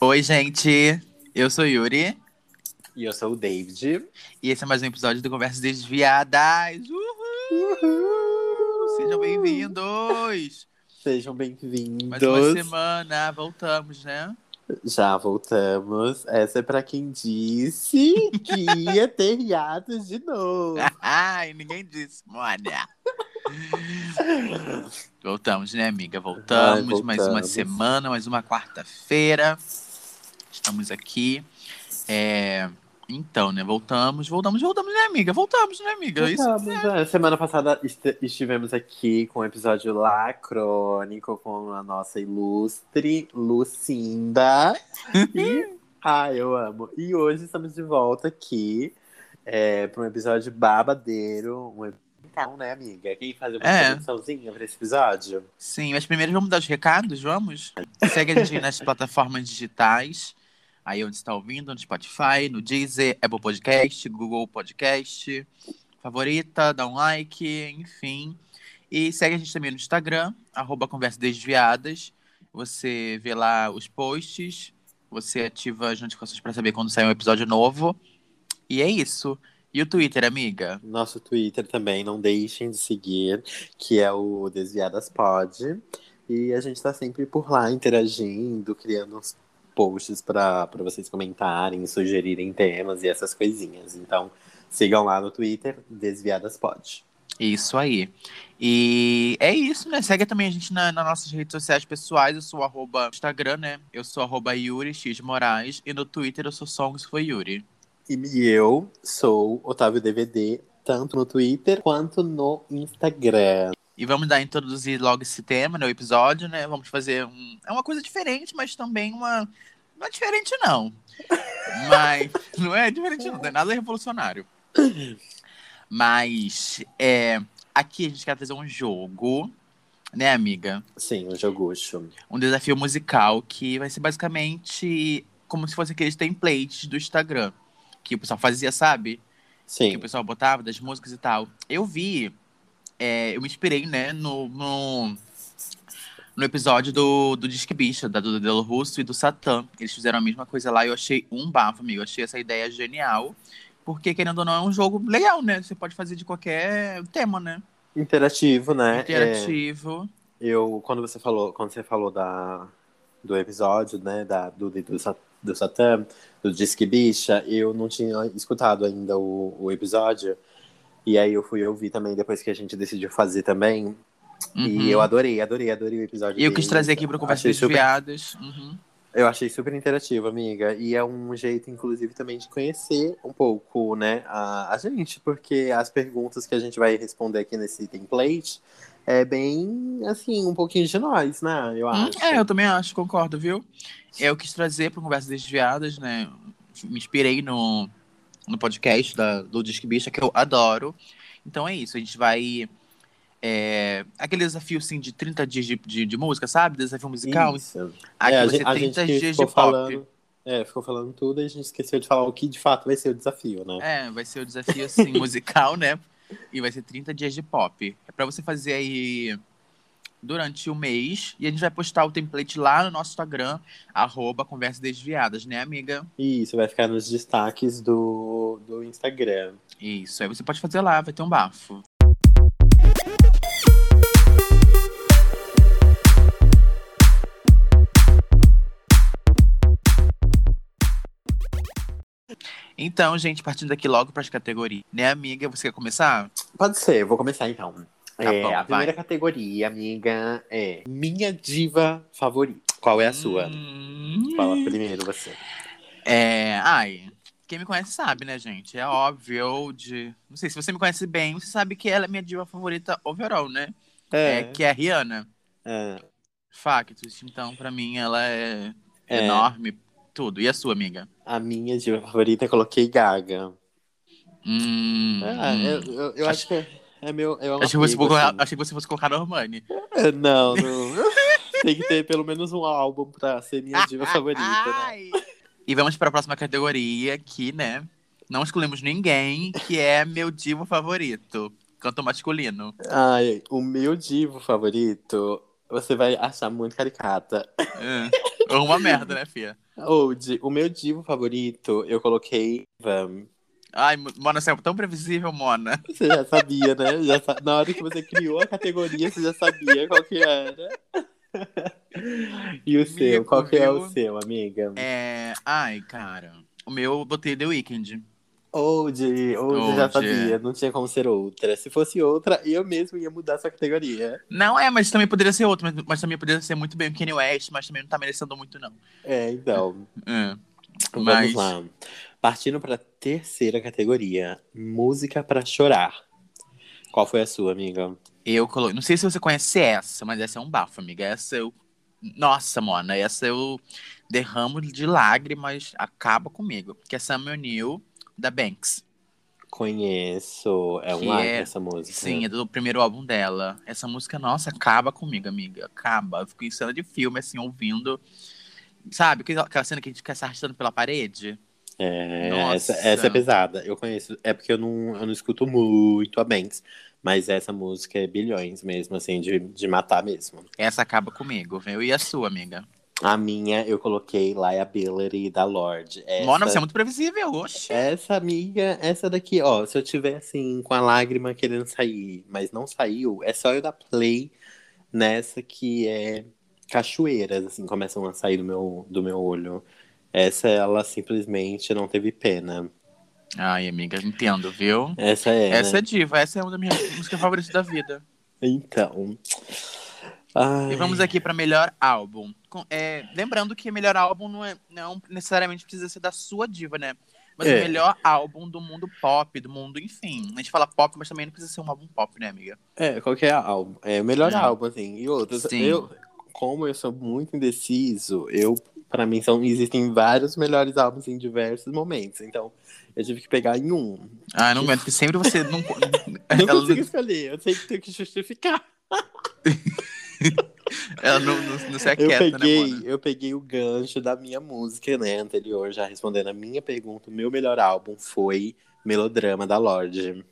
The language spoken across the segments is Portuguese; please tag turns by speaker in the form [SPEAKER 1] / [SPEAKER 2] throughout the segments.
[SPEAKER 1] Oi, gente. Eu sou Yuri.
[SPEAKER 2] E eu sou o David.
[SPEAKER 1] E esse é mais um episódio do Conversas Desviadas. Uhul! Sejam
[SPEAKER 2] Uh!
[SPEAKER 1] bem-vindos!
[SPEAKER 2] Sejam bem-vindos.
[SPEAKER 1] Mais uma semana, voltamos, né?
[SPEAKER 2] Já voltamos. Essa é pra quem disse que ia ter hiatos de novo.
[SPEAKER 1] Ai, ninguém disse, Mônia. voltamos, né, amiga? Voltamos,
[SPEAKER 2] Ai,
[SPEAKER 1] mais uma
[SPEAKER 2] voltamos.
[SPEAKER 1] semana, mais uma quarta-feira. Estamos aqui. É, Então, né? Voltamos, voltamos, voltamos, né, amiga? Voltamos, né, amiga? Isso
[SPEAKER 2] Voltamos, é. Semana passada est- estivemos aqui com o episódio lacrônico com a nossa ilustre Lucinda. E, ah, eu amo. E hoje estamos de volta aqui é, para um episódio babadeiro. Um... Então, né, amiga? Quem fazer uma
[SPEAKER 1] É.
[SPEAKER 2] introduçãozinha para esse episódio?
[SPEAKER 1] Sim, mas primeiro vamos dar os recados, vamos? Segue a gente nas plataformas digitais, aí onde está ouvindo, no Spotify, no Deezer, Apple Podcast, Google Podcast, favorita, dá um like, enfim. E segue a gente também no Instagram, arroba Conversa Desviadas. Você vê lá os posts, você ativa as notificações para saber quando sai um episódio novo. E é isso. E o Twitter, amiga?
[SPEAKER 2] Nosso Twitter também, não deixem de seguir, que é o Desviadas Pod. E a gente tá sempre por lá interagindo, criando uns posts pra pra vocês comentarem, sugerirem temas e essas coisinhas. Então, sigam lá no Twitter, Desviadas Pod.
[SPEAKER 1] Isso aí. E é isso, né? Segue também a gente na- nas nossas redes sociais pessoais. Eu sou arroba Instagram, né? Eu sou arroba Yuri X Moraes. E no Twitter eu sou Songs foi Yuri.
[SPEAKER 2] E eu sou Otávio DVD, tanto no Twitter quanto no Instagram.
[SPEAKER 1] E vamos dar introduzir logo esse tema, né? O episódio, né? Vamos fazer um. É uma coisa diferente, mas também uma. Não é diferente, não. mas. Não é diferente, não. Não é nada revolucionário. Mas. É... Aqui a gente quer fazer um jogo, né, amiga?
[SPEAKER 2] Sim, o Jogucho.
[SPEAKER 1] um desafio musical que vai ser basicamente como se fosse aqueles templates do Instagram que o pessoal fazia, sabe? Que
[SPEAKER 2] Sim.
[SPEAKER 1] o pessoal botava das músicas e tal. Eu vi, é, eu me inspirei, né, no, no, no episódio do, do Disque Bicha, da Duda Del Russo e do Satã. Eles fizeram a mesma coisa lá e eu achei um bafo, amigo. Eu achei essa ideia genial. Porque, querendo ou não, é um jogo legal, né? Você pode fazer de qualquer tema, né?
[SPEAKER 2] Interativo, né? É.
[SPEAKER 1] Interativo.
[SPEAKER 2] Eu, quando você falou, quando você falou da, do episódio, né, da, do, do, Sa- do Satã, do Disque Bicha, eu não tinha escutado ainda o, o episódio. E aí eu fui ouvir também depois que a gente decidiu fazer também.
[SPEAKER 1] Uhum.
[SPEAKER 2] E eu adorei, adorei, adorei o episódio.
[SPEAKER 1] E eu quis
[SPEAKER 2] deles.
[SPEAKER 1] trazer aqui para Conversa
[SPEAKER 2] Achei
[SPEAKER 1] dos
[SPEAKER 2] super,
[SPEAKER 1] Viados. Uhum.
[SPEAKER 2] Eu achei super interativo, amiga. E é um jeito, inclusive, também de conhecer um pouco, né, a, a gente, porque as perguntas que a gente vai responder aqui nesse template. É bem, assim, um pouquinho de nós, né? Eu
[SPEAKER 1] Hum,
[SPEAKER 2] acho.
[SPEAKER 1] É, eu também acho, concordo, viu? Eu quis trazer para Conversas Desviadas, né? Me inspirei no, no podcast da, do Disque Bicha, que eu adoro. Então é isso, a gente vai. é, aquele desafio assim, de 30 dias de, de, de música, sabe? Desafio musical.
[SPEAKER 2] Isso.
[SPEAKER 1] Aqui
[SPEAKER 2] É, a
[SPEAKER 1] vai
[SPEAKER 2] gente,
[SPEAKER 1] ser
[SPEAKER 2] a
[SPEAKER 1] 30
[SPEAKER 2] gente que
[SPEAKER 1] dias de
[SPEAKER 2] ficou
[SPEAKER 1] pop.
[SPEAKER 2] falando, é, ficou falando tudo e a gente esqueceu de falar o que de fato vai ser o desafio, né?
[SPEAKER 1] É, vai ser o desafio assim, musical, né? E vai ser 30 dias de pop. É pra você fazer aí durante o mês. E a gente vai postar o template lá no nosso Instagram, arroba Conversa Desviadas, né, amiga?
[SPEAKER 2] E isso vai ficar nos destaques do, do Instagram.
[SPEAKER 1] Isso, aí você pode fazer lá, vai ter um bafo. Então, gente, partindo aqui logo para as categorias, né, amiga? Você quer começar?
[SPEAKER 2] Pode ser, eu vou começar então. É,
[SPEAKER 1] Tá bom,
[SPEAKER 2] a
[SPEAKER 1] vai.
[SPEAKER 2] primeira categoria, amiga, é minha diva favorita. Qual é a sua?
[SPEAKER 1] Hum,
[SPEAKER 2] Fala primeiro você.
[SPEAKER 1] É, ai, quem me conhece sabe, né, gente? É óbvio de. Não sei, se você me conhece bem, você sabe que ela é minha diva favorita overall, né? É, que é a Rihanna.
[SPEAKER 2] é,
[SPEAKER 1] Factos, então, pra mim, ela é,
[SPEAKER 2] É.
[SPEAKER 1] enorme, tudo. E a sua, amiga?
[SPEAKER 2] a minha diva favorita, eu coloquei Gaga.
[SPEAKER 1] Hum,
[SPEAKER 2] Ah,
[SPEAKER 1] hum.
[SPEAKER 2] eu, eu, eu acho que é, é meu. É um
[SPEAKER 1] Achei, que você
[SPEAKER 2] apego,
[SPEAKER 1] fosse colocar-
[SPEAKER 2] assim.
[SPEAKER 1] achei que você fosse colocar Normani.
[SPEAKER 2] É, Não, não. Tem que ter pelo menos um álbum pra ser minha diva favorita, né?
[SPEAKER 1] Ai! E vamos pra próxima categoria, que, né? Não excluímos ninguém, que é meu divo favorito. Canto masculino.
[SPEAKER 2] Ai, o meu divo favorito, você vai achar muito caricata.
[SPEAKER 1] Hum. Ou É. uma merda, né, Fia?
[SPEAKER 2] Old, o meu divo favorito, eu coloquei. Vam.
[SPEAKER 1] Ai, Mona, você é tão previsível, Mona.
[SPEAKER 2] Você já sabia, né? Já sa- Na hora que você criou a categoria, você já sabia qual que era. E o
[SPEAKER 1] Amigo,
[SPEAKER 2] seu? Qual que é o
[SPEAKER 1] viu?
[SPEAKER 2] seu, amiga?
[SPEAKER 1] É... Ai, cara. O meu, eu botei The Weeknd.
[SPEAKER 2] Old, old, já
[SPEAKER 1] Old,
[SPEAKER 2] sabia. Não tinha como ser outra. Se fosse outra, eu mesmo ia mudar sua categoria.
[SPEAKER 1] Não é, mas também poderia ser outro. Mas, mas também poderia ser muito bem o Kanye West, mas também não tá merecendo muito, não.
[SPEAKER 2] É, então.
[SPEAKER 1] É. Mas-
[SPEAKER 2] Vamos lá. Partindo para terceira categoria: música para chorar. Qual foi a sua, amiga?
[SPEAKER 1] Eu coloquei. Não sei se você conhece essa, mas essa é um bafo, amiga. Essa eu. Nossa, mona, essa eu derramo de lágrimas, acaba comigo. Que é Samuel New da Banks.
[SPEAKER 2] Conheço. É um
[SPEAKER 1] Que
[SPEAKER 2] lado
[SPEAKER 1] é-
[SPEAKER 2] essa música.
[SPEAKER 1] Sim, é do primeiro álbum dela. Essa música, nossa, acaba comigo, amiga. Acaba. Eu fico em cena de filme, assim, ouvindo. Sabe, aquela aquela cena que a gente fica se arrastando pela parede?
[SPEAKER 2] É,
[SPEAKER 1] Nossa.
[SPEAKER 2] essa, essa é pesada. Eu conheço. É porque eu não, eu não escuto muito a Banks. Mas essa música é bilhões mesmo, assim, de, de matar mesmo.
[SPEAKER 1] Essa acaba comigo, viu? E a sua, amiga?
[SPEAKER 2] A minha eu coloquei Liability da Lorde. Essa,
[SPEAKER 1] Mona, você é muito previsível, oxe.
[SPEAKER 2] essa amiga, essa daqui, ó. Se eu tiver assim, com a lágrima querendo sair, mas não saiu, é só eu dar play nessa que é cachoeiras, assim, começam a sair do meu, do meu olho. Essa ela simplesmente não teve pena.
[SPEAKER 1] Ai, amiga, entendo, viu?
[SPEAKER 2] Essa é. né?
[SPEAKER 1] Essa é diva, essa é uma das minhas músicas favoritas da vida.
[SPEAKER 2] Então. Ai,
[SPEAKER 1] E vamos aqui para melhor álbum. Com- é, lembrando que melhor álbum não, é, não necessariamente precisa ser da sua diva, né? Mas
[SPEAKER 2] É.
[SPEAKER 1] o melhor álbum do mundo pop, do mundo, enfim. A gente fala pop, mas também não precisa ser um álbum pop, né, amiga?
[SPEAKER 2] É, qualquer álbum. É o melhor
[SPEAKER 1] É.
[SPEAKER 2] álbum, assim. E outros.
[SPEAKER 1] Sim.
[SPEAKER 2] Eu, como eu sou muito indeciso, eu, pra mim, são, existem vários melhores álbuns em diversos momentos. Então, eu tive que pegar em um.
[SPEAKER 1] Ah, não aguento, que sempre você não.
[SPEAKER 2] Não
[SPEAKER 1] ela
[SPEAKER 2] consigo escolher, eu sei que tenho que justificar.
[SPEAKER 1] ela não, não- não se
[SPEAKER 2] Eu
[SPEAKER 1] aquieta,
[SPEAKER 2] peguei,
[SPEAKER 1] né, mano?
[SPEAKER 2] eu peguei o gancho da minha música, né, anterior, já respondendo a minha pergunta. O meu melhor álbum foi Melodrama da Lorde.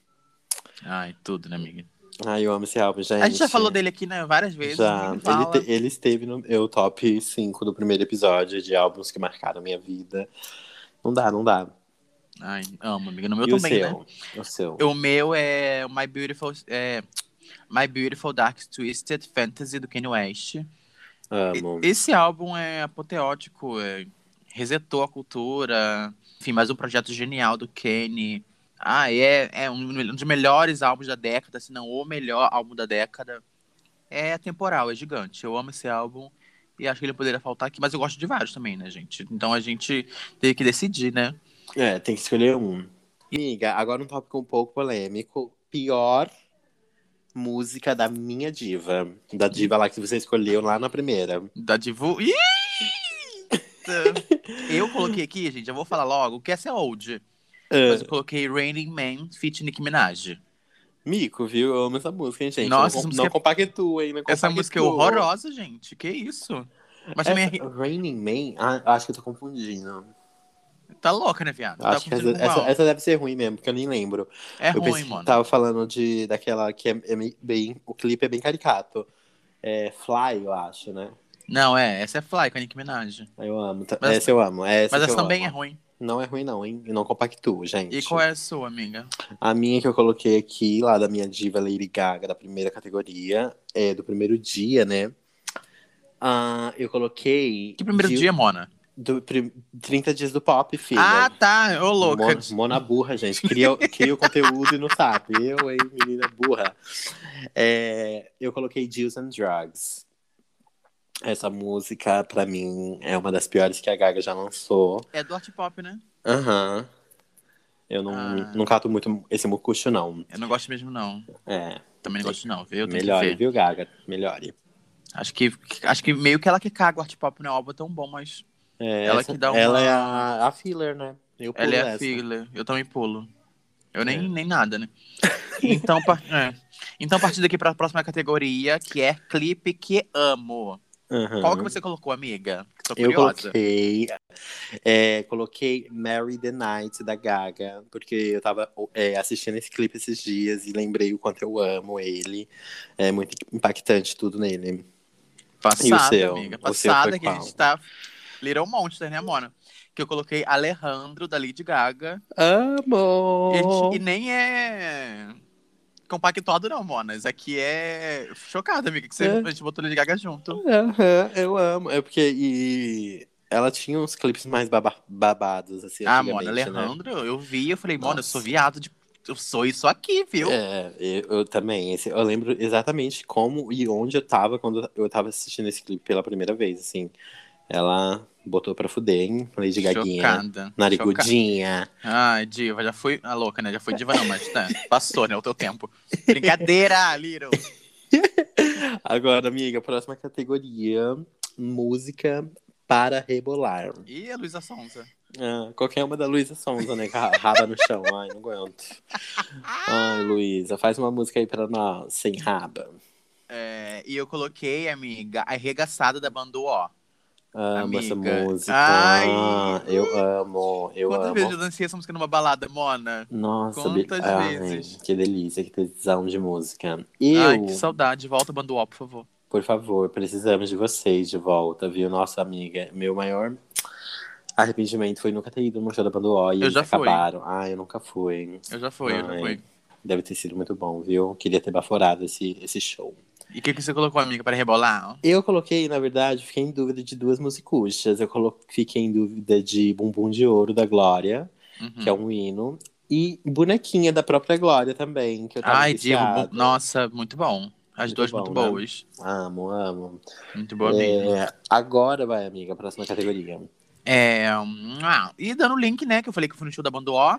[SPEAKER 1] Ai, tudo, né, amiga?
[SPEAKER 2] Ai, eu amo esse álbum, gente.
[SPEAKER 1] A gente já falou dele aqui, né, várias vezes.
[SPEAKER 2] Já,
[SPEAKER 1] ninguém
[SPEAKER 2] ele,
[SPEAKER 1] fala.
[SPEAKER 2] te- ele esteve no meu top 5 do primeiro episódio de álbuns que marcaram minha vida. Não dá, não dá.
[SPEAKER 1] Ai, amo, amiga. No meu
[SPEAKER 2] e
[SPEAKER 1] também,
[SPEAKER 2] o
[SPEAKER 1] né?
[SPEAKER 2] seu? O seu.
[SPEAKER 1] O meu é My Beautiful. é, My Beautiful Dark Twisted Fantasy do Kanye West.
[SPEAKER 2] Amo.
[SPEAKER 1] Esse álbum é apoteótico, é, resetou a cultura, enfim, mais um projeto genial do Kenny. Ah, e é, é um dos melhores álbuns da década, se não o melhor álbum da década. É temporal, é gigante. Eu amo esse álbum e acho que ele poderia faltar aqui, mas eu gosto de vários também, né, gente? Então a gente teve que decidir, né?
[SPEAKER 2] É, tem que escolher um. Amiga, agora um tópico um pouco polêmico. Pior música da minha diva. Da diva lá que você escolheu lá na primeira.
[SPEAKER 1] Da Divu. Ih! Eu coloquei aqui, gente, eu vou falar logo, que essa é old.
[SPEAKER 2] Ah.
[SPEAKER 1] Mas eu coloquei Raining Man feat Nicki Minaj.
[SPEAKER 2] Mico, viu? Eu amo essa música, hein, gente?
[SPEAKER 1] Nossa,
[SPEAKER 2] não,
[SPEAKER 1] essa
[SPEAKER 2] com-
[SPEAKER 1] música
[SPEAKER 2] não
[SPEAKER 1] é-
[SPEAKER 2] compactua, hein? Não
[SPEAKER 1] Essa música é
[SPEAKER 2] compactua.
[SPEAKER 1] horrorosa, gente. Que isso? Mas
[SPEAKER 2] Essa-
[SPEAKER 1] também é...
[SPEAKER 2] Raining Man? Ah, acho que eu tô confundindo.
[SPEAKER 1] tá louca, né, viado? Tá
[SPEAKER 2] Acho que essa,
[SPEAKER 1] confundindo com
[SPEAKER 2] essa,
[SPEAKER 1] mal.
[SPEAKER 2] essa deve ser ruim mesmo, porque eu nem lembro.
[SPEAKER 1] É
[SPEAKER 2] eu
[SPEAKER 1] ruim,
[SPEAKER 2] pensei-
[SPEAKER 1] mano.
[SPEAKER 2] Tava falando de daquela que é, é meio- bem. O clipe é bem caricato. É Fly, eu acho, né?
[SPEAKER 1] Não, é. Essa é Fly com a Nicki Minaj.
[SPEAKER 2] Eu amo. tá-
[SPEAKER 1] Mas-
[SPEAKER 2] essa eu amo. Essa
[SPEAKER 1] Mas
[SPEAKER 2] que
[SPEAKER 1] essa
[SPEAKER 2] eu
[SPEAKER 1] também é
[SPEAKER 2] amo.
[SPEAKER 1] ruim.
[SPEAKER 2] Não é ruim, não, hein? Eu não compactuo, gente.
[SPEAKER 1] E qual é a sua, amiga?
[SPEAKER 2] A minha que eu coloquei aqui, lá da minha diva Lady Gaga, da primeira categoria, é do primeiro dia, né? Ah, eu coloquei.
[SPEAKER 1] Que primeiro
[SPEAKER 2] de-
[SPEAKER 1] dia, Mona?
[SPEAKER 2] Do, prim- 30 dias do pop, filha.
[SPEAKER 1] Ah, tá. Ô, louca.
[SPEAKER 2] Mona, Mona burra, gente. Cria, cria o conteúdo e não sabe. Eu, hein, menina burra. É, eu coloquei Deals and Drugs. Essa música, pra mim, é uma das piores que a Gaga já lançou.
[SPEAKER 1] É do art pop, né?
[SPEAKER 2] Aham. Eu não,
[SPEAKER 1] Ah.
[SPEAKER 2] não cato muito esse mucucho, não.
[SPEAKER 1] Eu não gosto mesmo, não.
[SPEAKER 2] É,
[SPEAKER 1] Também não gosto, não, viu? Tem
[SPEAKER 2] melhore,
[SPEAKER 1] que ver.
[SPEAKER 2] viu, Gaga? Melhore.
[SPEAKER 1] Acho que, acho que meio que ela que caga o art pop, né? O álbum é tão bom, mas
[SPEAKER 2] É,
[SPEAKER 1] Ela
[SPEAKER 2] essa-
[SPEAKER 1] que dá uma-
[SPEAKER 2] Ela é a, a filler, né? Eu pulo
[SPEAKER 1] ela é a
[SPEAKER 2] essa.
[SPEAKER 1] filler. Eu também pulo. Eu nem,
[SPEAKER 2] É.
[SPEAKER 1] nem nada, né? Então, par... é. então partindo aqui pra próxima categoria, que é clipe que amo.
[SPEAKER 2] Aham.
[SPEAKER 1] Qual que é você colocou, amiga? Tô
[SPEAKER 2] Uhum. Eu
[SPEAKER 1] curiosa.
[SPEAKER 2] coloquei, é, coloquei Mary the Night da Gaga, porque eu tava é, assistindo esse clipe esses dias e lembrei o quanto eu amo ele. É muito impactante tudo nele.
[SPEAKER 1] Passada,
[SPEAKER 2] seu?
[SPEAKER 1] amiga.
[SPEAKER 2] O seu foi
[SPEAKER 1] Passada, que a
[SPEAKER 2] qual?
[SPEAKER 1] gente tá Little Monster, né, Mona? Que eu coloquei Alejandro, da Lady Gaga.
[SPEAKER 3] Amo!
[SPEAKER 2] Oh.
[SPEAKER 1] E, e nem é compactuado, não, Mona. Isso aqui é chocada, amiga, que você,
[SPEAKER 3] É.
[SPEAKER 1] a gente botou Lady Gaga junto.
[SPEAKER 3] Aham, eu amo.
[SPEAKER 2] É porque e ela tinha uns clipes mais baba- babados, assim.
[SPEAKER 1] Ah, Mona,
[SPEAKER 2] antigamente, né?
[SPEAKER 1] Alejandro, eu vi, eu falei, Mona, eu
[SPEAKER 2] Nossa.
[SPEAKER 1] sou viado, de... eu sou isso aqui, viu?
[SPEAKER 2] É, eu, eu também. Esse- eu lembro exatamente como e onde eu tava quando eu tava assistindo esse clipe pela primeira vez, assim. Ela botou pra fuder, hein? Lady Gaguinha.
[SPEAKER 1] Chocada. Chocada.
[SPEAKER 2] Narigudinha.
[SPEAKER 1] Ai, diva, já fui. A louca, né? Já fui diva, não, mas tá. Passou, né? O teu tempo. Brincadeira, Little.
[SPEAKER 2] Agora, amiga, próxima categoria: música para rebolar.
[SPEAKER 1] Ih, a Luísa Sonza.
[SPEAKER 2] Ah, qualquer uma da Luísa Sonza, né? Com a raba no chão. Ai, não aguento. Ai, Luísa, faz uma música aí pra nós, sem raba.
[SPEAKER 1] É, e eu coloquei, amiga, arregaçada da banda Ó.
[SPEAKER 2] Amo essa
[SPEAKER 1] Amiga.
[SPEAKER 2] música.
[SPEAKER 1] Ai.
[SPEAKER 2] Eu amo, eu
[SPEAKER 1] Quantas
[SPEAKER 2] amo.
[SPEAKER 1] vezes eu dancei essa música numa balada, Mona?
[SPEAKER 2] Nossa,
[SPEAKER 1] Quantas
[SPEAKER 2] ai,
[SPEAKER 1] vezes?
[SPEAKER 2] que delícia, que tesão de música. Eu,
[SPEAKER 1] Ai, que saudade. Volta, banda Ó, por favor.
[SPEAKER 2] por favor, precisamos de vocês de volta, viu? Nossa amiga, meu maior arrependimento foi nunca ter ido no show da Banda O e
[SPEAKER 1] Eu
[SPEAKER 2] eles
[SPEAKER 1] já fui.
[SPEAKER 2] acabaram. Ai, eu nunca fui.
[SPEAKER 1] Eu já fui, eu já
[SPEAKER 2] Ai.
[SPEAKER 1] fui.
[SPEAKER 2] Deve ter sido muito bom, viu? Queria ter baforado esse, esse show.
[SPEAKER 1] E o que, que você colocou, amiga, para rebolar? ó?
[SPEAKER 2] Eu coloquei, na verdade, fiquei em dúvida de duas musicuchas. Eu colo- fiquei em dúvida de Bumbum de Ouro da Glória,
[SPEAKER 1] Uhum.
[SPEAKER 2] que é um hino. E Bonequinha da própria Glória também, que eu tava
[SPEAKER 1] Ai, Diva,
[SPEAKER 2] viciado.
[SPEAKER 1] bom- nossa, muito bom. As
[SPEAKER 2] Muito
[SPEAKER 1] duas
[SPEAKER 2] bom,
[SPEAKER 1] muito
[SPEAKER 2] né?
[SPEAKER 1] boas.
[SPEAKER 2] Amo, amo.
[SPEAKER 1] Muito boa
[SPEAKER 2] É,
[SPEAKER 1] mesmo.
[SPEAKER 2] agora vai, amiga, a próxima categoria.
[SPEAKER 1] É, hum, ah, e dando o link, né, que eu falei que eu fui no show da banda Ó.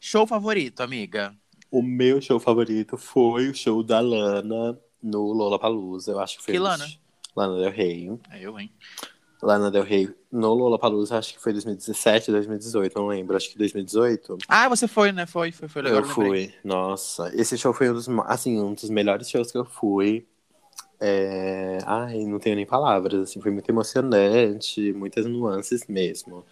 [SPEAKER 1] Show favorito, amiga.
[SPEAKER 2] O meu show favorito foi o show da Lana no Lollapalooza. Eu acho que foi...
[SPEAKER 1] Que Lana?
[SPEAKER 2] Lana Del Rey.
[SPEAKER 1] É eu, hein?
[SPEAKER 2] Lana Del Rey no Lollapalooza, acho que foi 2017, 2018, não lembro. Acho que 2018.
[SPEAKER 1] Ah, você foi, né? Foi, foi, foi. agora
[SPEAKER 2] Eu
[SPEAKER 1] lembrei.
[SPEAKER 2] fui. Nossa, esse show foi um dos, ma- assim, um dos melhores shows que eu fui. É, Ai, não tenho nem palavras, assim, foi muito emocionante, muitas nuances mesmo.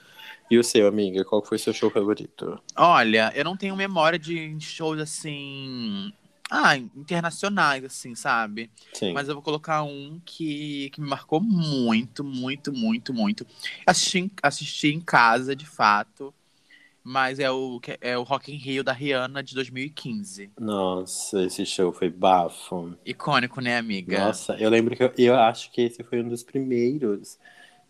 [SPEAKER 2] E o seu, amiga, qual que foi seu show favorito?
[SPEAKER 1] Olha, eu não tenho memória de shows assim. Ah, internacionais, assim, sabe?
[SPEAKER 2] Sim.
[SPEAKER 1] Mas eu vou colocar um que, que me marcou muito, muito, muito, muito. Assisti, em- assisti em casa, de fato. Mas é o, que- é o Rock in Rio da Rihanna de 2015.
[SPEAKER 2] Nossa, esse show foi bafo.
[SPEAKER 1] Icônico, né, amiga?
[SPEAKER 2] Nossa, eu lembro que eu, eu acho que esse foi um dos primeiros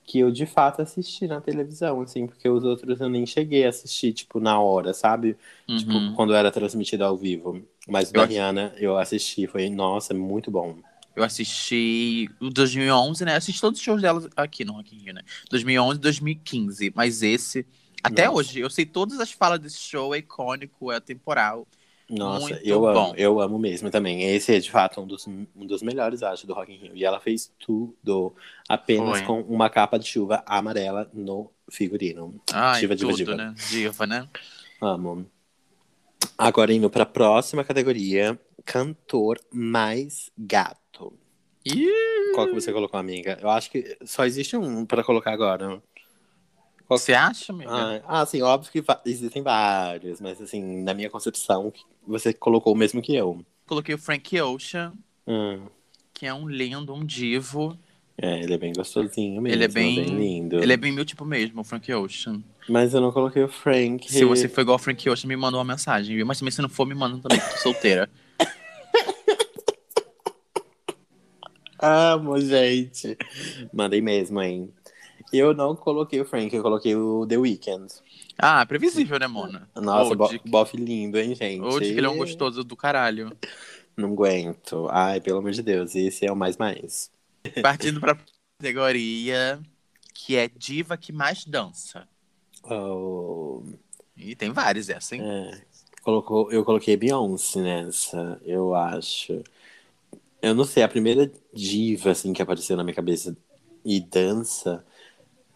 [SPEAKER 2] que eu de fato assisti na televisão, assim, porque os outros eu nem cheguei a assistir, tipo, na hora, sabe?
[SPEAKER 1] Uhum.
[SPEAKER 2] Tipo, quando era transmitido ao vivo. Mas o
[SPEAKER 1] Eu
[SPEAKER 2] da
[SPEAKER 1] acho-
[SPEAKER 2] Rihanna eu assisti, foi, nossa, muito bom.
[SPEAKER 1] Eu assisti o 2011, né? Assisti todos os shows dela aqui no Rock in Rio, né? 2011, 2015. Mas esse, até
[SPEAKER 2] Nossa.
[SPEAKER 1] hoje, eu sei todas as falas desse show. É icônico, é temporal.
[SPEAKER 2] Nossa,
[SPEAKER 1] Muito
[SPEAKER 2] eu amo,
[SPEAKER 1] bom.
[SPEAKER 2] eu amo mesmo também. Esse é de fato um dos, um dos melhores, acho, do Rock in Rio. E ela fez tudo apenas
[SPEAKER 1] Foi.
[SPEAKER 2] com uma capa de chuva amarela no figurino.
[SPEAKER 1] Ai,
[SPEAKER 2] Diva, diva,
[SPEAKER 1] tudo,
[SPEAKER 2] diva.
[SPEAKER 1] né? Diva, né?
[SPEAKER 2] Amo. Agora indo pra próxima categoria, cantor mais gato.
[SPEAKER 1] Ih,
[SPEAKER 2] Qual que você colocou, amiga? Eu acho que só existe um pra colocar agora. Qual-
[SPEAKER 1] você acha, amiga?
[SPEAKER 2] Ah, ah, sim, óbvio que va- existem vários, mas assim, na minha concepção, você colocou o mesmo que eu.
[SPEAKER 1] Coloquei o Frank Ocean,
[SPEAKER 2] Hum,
[SPEAKER 1] que é um lindo, um divo.
[SPEAKER 2] É, ele é bem gostosinho mesmo,
[SPEAKER 1] Ele é bem-
[SPEAKER 2] lindo.
[SPEAKER 1] Ele é bem meu tipo mesmo, o Frank Ocean.
[SPEAKER 2] Mas eu não coloquei o Frank.
[SPEAKER 1] Se você for igual ao Frank Ocean, me manda uma mensagem, viu? Mas também se não for, me manda também, que eu tô solteira.
[SPEAKER 2] Amo, gente. Mandei mesmo, hein. Eu não coloquei o Frank, eu coloquei o The Weeknd.
[SPEAKER 1] Ah, previsível, né, Mona?
[SPEAKER 2] Nossa,
[SPEAKER 1] Ou
[SPEAKER 2] bo
[SPEAKER 1] de-
[SPEAKER 2] bofe lindo, hein, gente?
[SPEAKER 1] Ou de que ele é um gostoso do caralho.
[SPEAKER 2] Não aguento. Ai, pelo amor de Deus, esse é o mais mais.
[SPEAKER 1] Partindo pra categoria que é diva que mais dança.
[SPEAKER 2] Oh,
[SPEAKER 1] E tem várias essa, hein?
[SPEAKER 2] é. Colocou, eu coloquei Beyoncé nessa, eu acho. Eu não sei, a primeira diva, assim, que apareceu na minha cabeça e dança,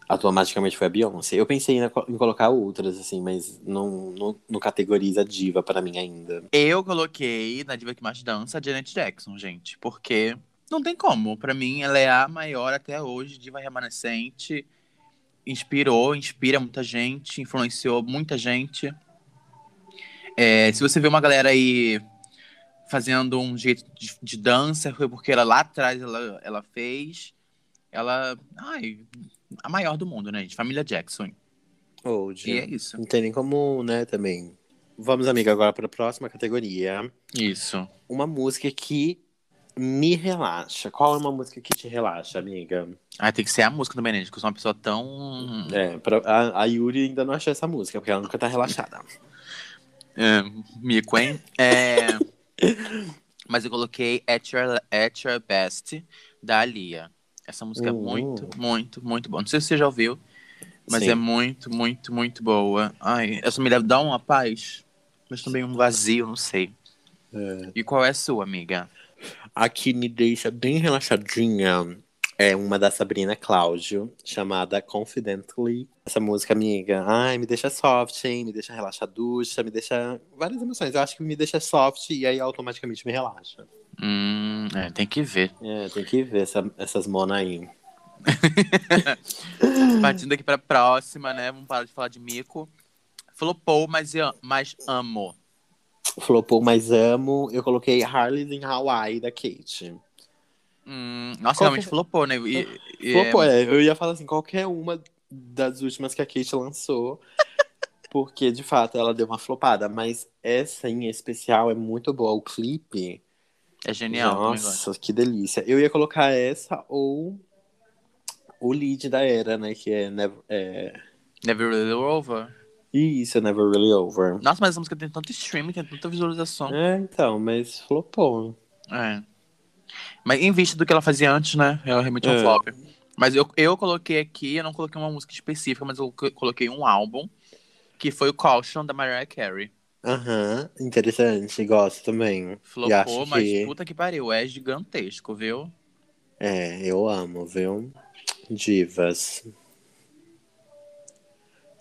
[SPEAKER 2] automaticamente foi a Beyoncé. Eu pensei na co- em colocar outras, assim, mas não, não, não categoriza diva pra mim ainda.
[SPEAKER 1] Eu coloquei na diva que mais dança a Janet Jackson, gente, porque não tem como. Pra mim, ela é a maior até hoje, diva remanescente. Inspirou, inspira muita gente, influenciou muita gente. É, se você vê uma galera aí fazendo um jeito de, de dança, foi porque ela lá atrás ela, ela fez. Ela. Ai, a maior do mundo, né, gente? Família Jackson.
[SPEAKER 2] Old.
[SPEAKER 1] E é isso.
[SPEAKER 2] Não tem nem como, né, também. Vamos, amiga, agora para a próxima categoria.
[SPEAKER 1] Isso.
[SPEAKER 2] Uma música que me relaxa. Qual é uma música que te relaxa, amiga?
[SPEAKER 1] Ah, tem que ser a música também, né, gente? Que eu sou uma pessoa tão.
[SPEAKER 2] É, pra- a, a Yuri ainda não achou essa música, porque ela nunca tá relaxada.
[SPEAKER 1] É, mico, hein? É, Mas eu coloquei At Your, At Your Best, da Lia. Essa música
[SPEAKER 2] Hum.
[SPEAKER 1] é muito, muito, muito boa. Não sei se você já ouviu, mas
[SPEAKER 2] Sim.
[SPEAKER 1] é muito, muito, muito boa. Ai, essa me dá uma paz, mas também um vazio, não sei.
[SPEAKER 2] É.
[SPEAKER 1] E qual é a sua, amiga?
[SPEAKER 2] A que me deixa bem relaxadinha é uma da Sabrina Cláudio, chamada Confidently. Essa música, amiga, ai, me deixa soft, hein? Me deixa relaxaducha, me deixa várias emoções. Eu acho que me deixa soft e aí automaticamente me relaxa.
[SPEAKER 1] Hum, é, tem que ver.
[SPEAKER 2] É, tem que ver essa- essas monas aí.
[SPEAKER 1] Partindo aqui pra próxima, né? Vamos parar de falar de mico. Flopou, mas, eu- mas amo.
[SPEAKER 2] Flopou, mas amo. Eu coloquei Harley's in Hawaii, da Kate.
[SPEAKER 1] Hum, nossa,
[SPEAKER 2] Qual
[SPEAKER 1] realmente
[SPEAKER 2] que- é?
[SPEAKER 1] flopou, né? E, e-
[SPEAKER 2] Flopou, é, eu ia falar assim, qualquer uma das últimas que a Kate lançou. Porque, de fato, ela deu uma flopada. Mas essa em especial é muito boa. O clipe.
[SPEAKER 1] É genial. também gosto.
[SPEAKER 2] nossa, que delícia. Eu ia colocar essa ou o lead da era, né? Que é, Never, é...
[SPEAKER 1] Never Really Over.
[SPEAKER 2] Isso, é Never Really Over.
[SPEAKER 1] Nossa, mas essa música tem tanto streaming, tem tanta visualização.
[SPEAKER 2] É, então, mas flopou.
[SPEAKER 1] É. Mas em vista do que ela fazia antes, né? Ela realmente é um
[SPEAKER 2] É.
[SPEAKER 1] flop. Mas eu, eu coloquei aqui, eu não coloquei uma música específica, mas eu co- coloquei um álbum, que foi o Caution da Mariah Carey.
[SPEAKER 2] Aham, interessante, gosto também. E
[SPEAKER 1] Flopou,
[SPEAKER 2] acho
[SPEAKER 1] mas
[SPEAKER 2] que...
[SPEAKER 1] puta que pariu, é gigantesco, viu?
[SPEAKER 2] É, eu amo, viu? Divas.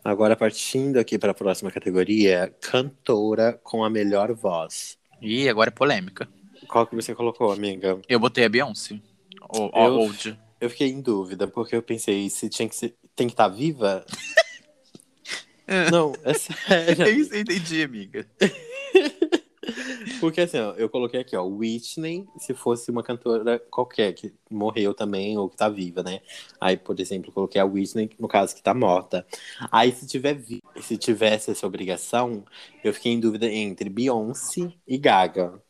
[SPEAKER 2] Agora, partindo aqui para a próxima categoria, cantora com a melhor voz.
[SPEAKER 1] Ih, agora é polêmica.
[SPEAKER 2] Qual que você colocou, amiga?
[SPEAKER 1] Eu botei a Beyoncé. Ou ou a
[SPEAKER 2] Eu-
[SPEAKER 1] Old.
[SPEAKER 2] Eu fiquei em dúvida, porque eu pensei se tinha que ser- tem que estar viva?
[SPEAKER 1] É.
[SPEAKER 2] Não, é sério.
[SPEAKER 1] isso, eu entendi, amiga.
[SPEAKER 2] Porque assim, ó, eu coloquei aqui, ó, Whitney, se fosse uma cantora qualquer que morreu também ou que tá viva, né? Aí, por exemplo, eu coloquei a Whitney, no caso que tá morta. Aí, se tiver vi- se tivesse essa obrigação, eu fiquei em dúvida entre Beyoncé e Gaga.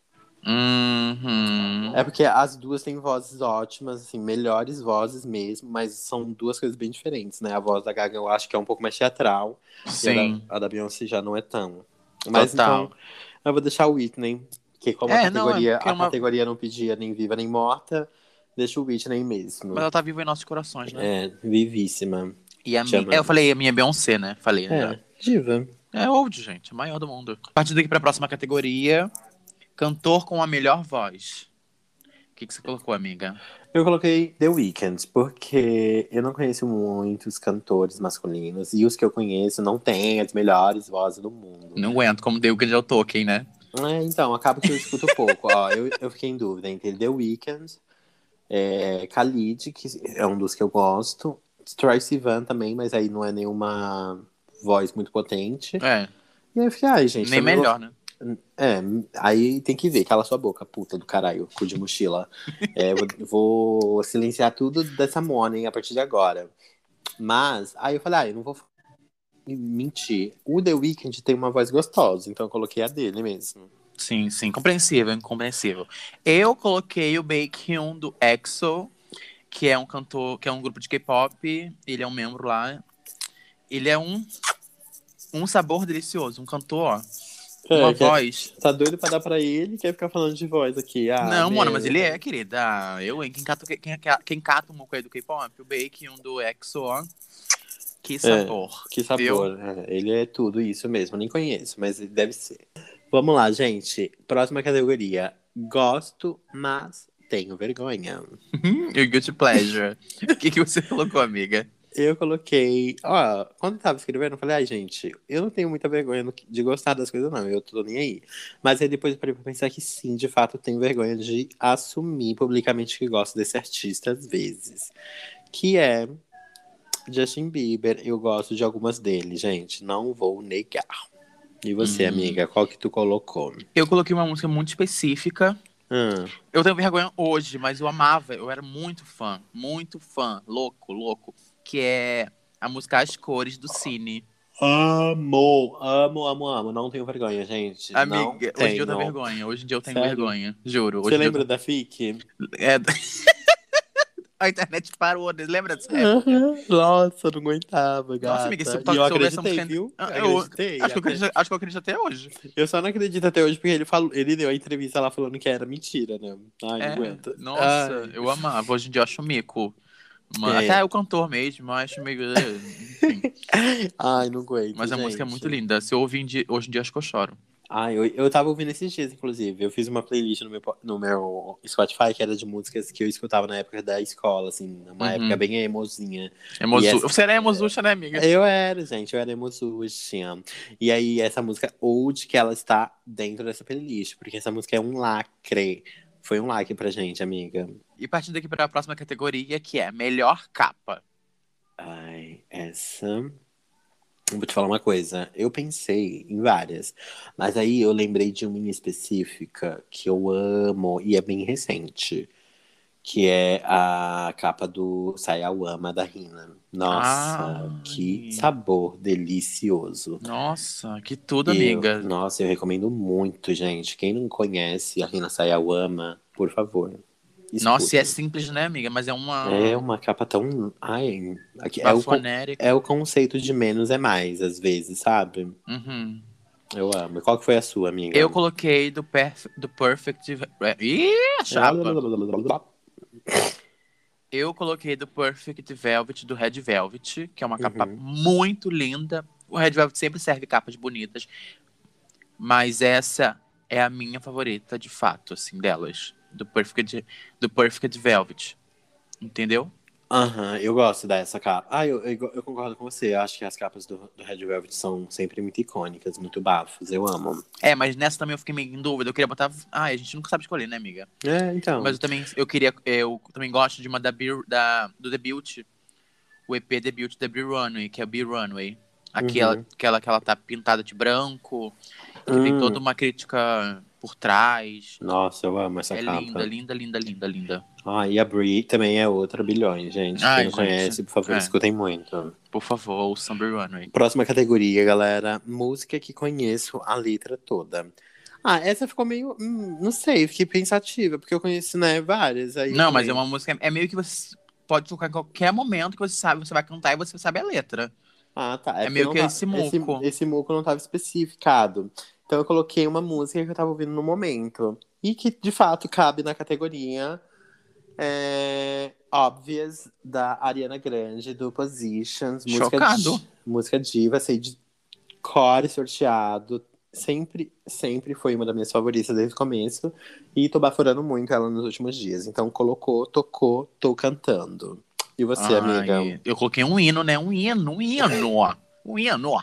[SPEAKER 1] Uhum.
[SPEAKER 2] É porque as duas têm vozes ótimas, assim, melhores vozes mesmo, mas são duas coisas bem diferentes, né? A voz da Gaga eu acho que é um pouco mais teatral, e a
[SPEAKER 1] Sim.
[SPEAKER 2] da, a da Beyoncé já não é tão. Mas
[SPEAKER 1] Total.
[SPEAKER 2] então, eu vou deixar o Whitney, que como
[SPEAKER 1] É,
[SPEAKER 2] a,
[SPEAKER 1] não, é
[SPEAKER 2] categoria,
[SPEAKER 1] porque
[SPEAKER 2] a
[SPEAKER 1] uma-
[SPEAKER 2] categoria não pedia nem viva nem morta, deixa o Whitney mesmo.
[SPEAKER 1] Mas ela tá viva em nossos corações, né?
[SPEAKER 2] É, vivíssima.
[SPEAKER 1] E a
[SPEAKER 2] Te
[SPEAKER 1] minha.
[SPEAKER 2] amamos.
[SPEAKER 1] É, eu falei a minha é Beyoncé, né? Falei, né?
[SPEAKER 2] É, diva.
[SPEAKER 1] É old, gente, a maior do mundo. Partindo aqui para a próxima categoria, cantor com a melhor voz. O que, que você colocou, amiga?
[SPEAKER 2] Eu coloquei The Weeknd, porque eu não conheço muitos cantores masculinos, e os que eu conheço não têm as melhores vozes do mundo.
[SPEAKER 1] Não aguento, como deu o que já toquei, né?
[SPEAKER 2] É, então, acaba que eu escuto pouco. Ó, eu, eu fiquei em dúvida entre The Weeknd, é, Khalid, que é um dos que eu gosto, Troy Sivan também, mas aí não é nenhuma voz muito potente.
[SPEAKER 1] É,
[SPEAKER 2] E aí eu fiquei, ai, gente.
[SPEAKER 1] nem
[SPEAKER 2] também
[SPEAKER 1] melhor, né?
[SPEAKER 2] vou- É, aí tem que ver, cala sua boca, puta do caralho, cu de mochila. É, eu vou, vou silenciar tudo dessa Mona, hein, a partir de agora. Mas, aí eu falei, ai, eu não vou f- mentir. O The Weeknd tem uma voz gostosa, então eu coloquei a dele mesmo.
[SPEAKER 1] Sim, sim, compreensível, incompreensível. Eu coloquei o Baekhyun do EXO, que é um cantor, que é um grupo de K-pop, ele é um membro lá. Ele é um um sabor delicioso, um cantor, ó,
[SPEAKER 2] É,
[SPEAKER 1] uma
[SPEAKER 2] que-
[SPEAKER 1] voz.
[SPEAKER 2] Tá doido pra dar pra ele quer ficar falando de voz aqui. Ah,
[SPEAKER 1] não,
[SPEAKER 2] meu.
[SPEAKER 1] mano, mas ele é, querida. Ah, Eu, hein? Quem cata, quem, quem cata um muco aí do K-pop? O Bake, um do EXO, ó.
[SPEAKER 2] É.
[SPEAKER 1] Que sabor.
[SPEAKER 2] Que
[SPEAKER 1] Viu?
[SPEAKER 2] sabor. É, ele é tudo isso mesmo. Nem conheço, mas ele deve ser. Vamos lá, gente. Próxima categoria. Gosto, mas tenho vergonha.
[SPEAKER 1] E o Guilty Pleasure. O que, que você colocou, amiga?
[SPEAKER 2] Eu coloquei. Ó, quando eu tava escrevendo, eu falei, ai, gente, eu não tenho muita vergonha no que- de gostar das coisas, não. Eu tô nem aí. Mas aí depois eu parei pra pensar que sim, de fato, eu tenho vergonha de assumir publicamente que gosto desse artista às vezes. Que é Justin Bieber. Eu gosto de algumas dele, gente. Não vou negar. E você,
[SPEAKER 1] Hum.
[SPEAKER 2] amiga, qual que tu colocou?
[SPEAKER 1] Eu coloquei uma música muito específica,
[SPEAKER 2] Hum.
[SPEAKER 1] Eu tenho vergonha hoje, mas eu amava, eu era muito fã, muito fã, louco, louco. Que é a música As Cores do Cine.
[SPEAKER 2] Amo, amo, amo, amo. Não tenho vergonha, gente. não
[SPEAKER 1] Amiga, hoje em dia eu tenho
[SPEAKER 2] tenho.
[SPEAKER 1] vergonha, hoje em dia eu tenho
[SPEAKER 2] Sério?
[SPEAKER 1] vergonha, juro. Hoje
[SPEAKER 2] Você
[SPEAKER 1] em dia eu
[SPEAKER 2] lembra da FIC?
[SPEAKER 1] É. A internet parou, né? lembra
[SPEAKER 2] É,
[SPEAKER 1] disso?
[SPEAKER 2] Hum.
[SPEAKER 3] Nossa, não aguentava, gata.
[SPEAKER 1] amiga, isso
[SPEAKER 3] E
[SPEAKER 1] pode-
[SPEAKER 2] e eu
[SPEAKER 1] se houvesse uma
[SPEAKER 2] acreditei,
[SPEAKER 1] música-
[SPEAKER 2] viu?
[SPEAKER 1] Ah,
[SPEAKER 2] Eu
[SPEAKER 1] eu-
[SPEAKER 2] acreditei.
[SPEAKER 1] Acho que, eu acredito, acho que eu acredito até hoje.
[SPEAKER 2] Eu só não acredito até hoje porque ele, falou, ele deu a entrevista lá falando que era mentira, né? Ai,
[SPEAKER 1] É,
[SPEAKER 2] não aguenta.
[SPEAKER 1] Nossa,
[SPEAKER 3] Ai.
[SPEAKER 1] eu amava. Hoje em dia eu acho mico. Mas,
[SPEAKER 2] É.
[SPEAKER 1] Até o cantor mesmo, eu acho meio. é, Enfim.
[SPEAKER 2] Ai, não aguento.
[SPEAKER 1] Mas a
[SPEAKER 2] gente.
[SPEAKER 1] música é muito linda. Se eu ouvir em dia- hoje em dia, acho que eu choro.
[SPEAKER 2] Ai, eu, eu tava ouvindo esses dias, inclusive. Eu fiz uma playlist no meu, po- no meu Spotify que era de músicas que eu escutava na época da escola, assim, numa
[SPEAKER 1] Uhum.
[SPEAKER 2] época bem emozinha.
[SPEAKER 1] Emozu...
[SPEAKER 2] E essa-
[SPEAKER 1] É
[SPEAKER 2] É.
[SPEAKER 1] Você era emozucha, né, amiga?
[SPEAKER 2] Eu era, gente, eu era emozucha. E aí, essa música Old, que ela está dentro dessa playlist, porque essa música é um lacre. Foi um lacre pra gente, amiga.
[SPEAKER 1] E partindo daqui para a próxima categoria, que é melhor capa.
[SPEAKER 2] Ai, essa. Eu Vou te falar uma coisa. Eu pensei em várias, mas aí eu lembrei de uma em específica que eu amo e é bem recente, que é a capa do Sayawama da Rina. Nossa,
[SPEAKER 1] Ai.
[SPEAKER 2] que sabor delicioso.
[SPEAKER 1] Nossa, que tudo,
[SPEAKER 2] E eu-
[SPEAKER 1] tipo amiga.
[SPEAKER 2] nossa, eu recomendo muito, gente. Quem não conhece a Rina Sayawama, por favor. escutem.
[SPEAKER 1] Nossa, e é simples, né, amiga? Mas é uma.
[SPEAKER 2] É uma capa tão. Ai, aqui- é o, con-
[SPEAKER 1] bafonérica.
[SPEAKER 2] é o conceito de menos é mais, às vezes, sabe?
[SPEAKER 1] Uhum.
[SPEAKER 2] Eu amo. E qual que foi a sua, amiga?
[SPEAKER 1] Eu coloquei do, perf... do Perfect. É, Ih, a chapa! Eu coloquei do Perfect Velvet, do Red Velvet, que é uma capa
[SPEAKER 2] Uhum.
[SPEAKER 1] muito linda. O Red Velvet sempre serve capas bonitas, mas essa é a minha favorita, de fato, assim, delas. Do Perfect, do Perfect Velvet. Entendeu?
[SPEAKER 2] Aham, eu gosto dessa capa. Ah, eu, eu, eu concordo com você. Eu acho que as capas do, do Red Velvet são sempre muito icônicas, muito bafos. Eu amo.
[SPEAKER 1] É, mas nessa também eu fiquei meio em dúvida. Eu queria botar. Ai, a gente nunca sabe escolher, né, amiga?
[SPEAKER 2] É, então.
[SPEAKER 1] Mas eu também eu queria. Eu também gosto de uma da, Be- da do The Beauty. O EP The Beauty da Be Runway, que é a Be Runway. Aquela,
[SPEAKER 2] Uhum.
[SPEAKER 1] aquela que ela tá pintada de branco, que tem
[SPEAKER 2] Hum.
[SPEAKER 1] toda uma crítica por trás.
[SPEAKER 2] Nossa, eu amo essa
[SPEAKER 1] é
[SPEAKER 2] capa.
[SPEAKER 1] linda, linda, linda, linda, linda.
[SPEAKER 2] Ah, e a Brie também é outra bilhões, gente.
[SPEAKER 1] Ai,
[SPEAKER 2] Quem não
[SPEAKER 1] gente.
[SPEAKER 2] conhece, por favor,
[SPEAKER 1] É.
[SPEAKER 2] escutem muito.
[SPEAKER 1] Por favor, ouçam Be Runway.
[SPEAKER 2] Próxima categoria, galera. Música que conheço a letra toda. Ah, essa ficou meio. hum, não sei, fiquei pensativa, porque eu conheci, né, várias. Aí
[SPEAKER 1] Não, mas
[SPEAKER 2] também.
[SPEAKER 1] é uma música. É meio que você pode tocar em qualquer momento que você sabe, você vai cantar e você sabe a letra.
[SPEAKER 2] Ah, tá.
[SPEAKER 1] É meio
[SPEAKER 2] porque
[SPEAKER 1] que
[SPEAKER 2] não
[SPEAKER 1] esse
[SPEAKER 2] tá-
[SPEAKER 1] muco.
[SPEAKER 2] Esse, muco não estava especificado. Então eu coloquei uma música que eu tava ouvindo no momento. E que, de fato, cabe na categoria é, Obvious, da Ariana Grande, do Positions. Música
[SPEAKER 1] Chocado.
[SPEAKER 2] di- música diva, sei de core sorteado. Sempre, sempre foi uma das minhas favoritas desde o começo. E tô baforando muito ela nos últimos dias. Então colocou, tocou, tô cantando. E você,
[SPEAKER 1] Ai,
[SPEAKER 2] amiga?
[SPEAKER 1] Eu coloquei um hino, né? Um hino, um hino, ó. Um hino, ó.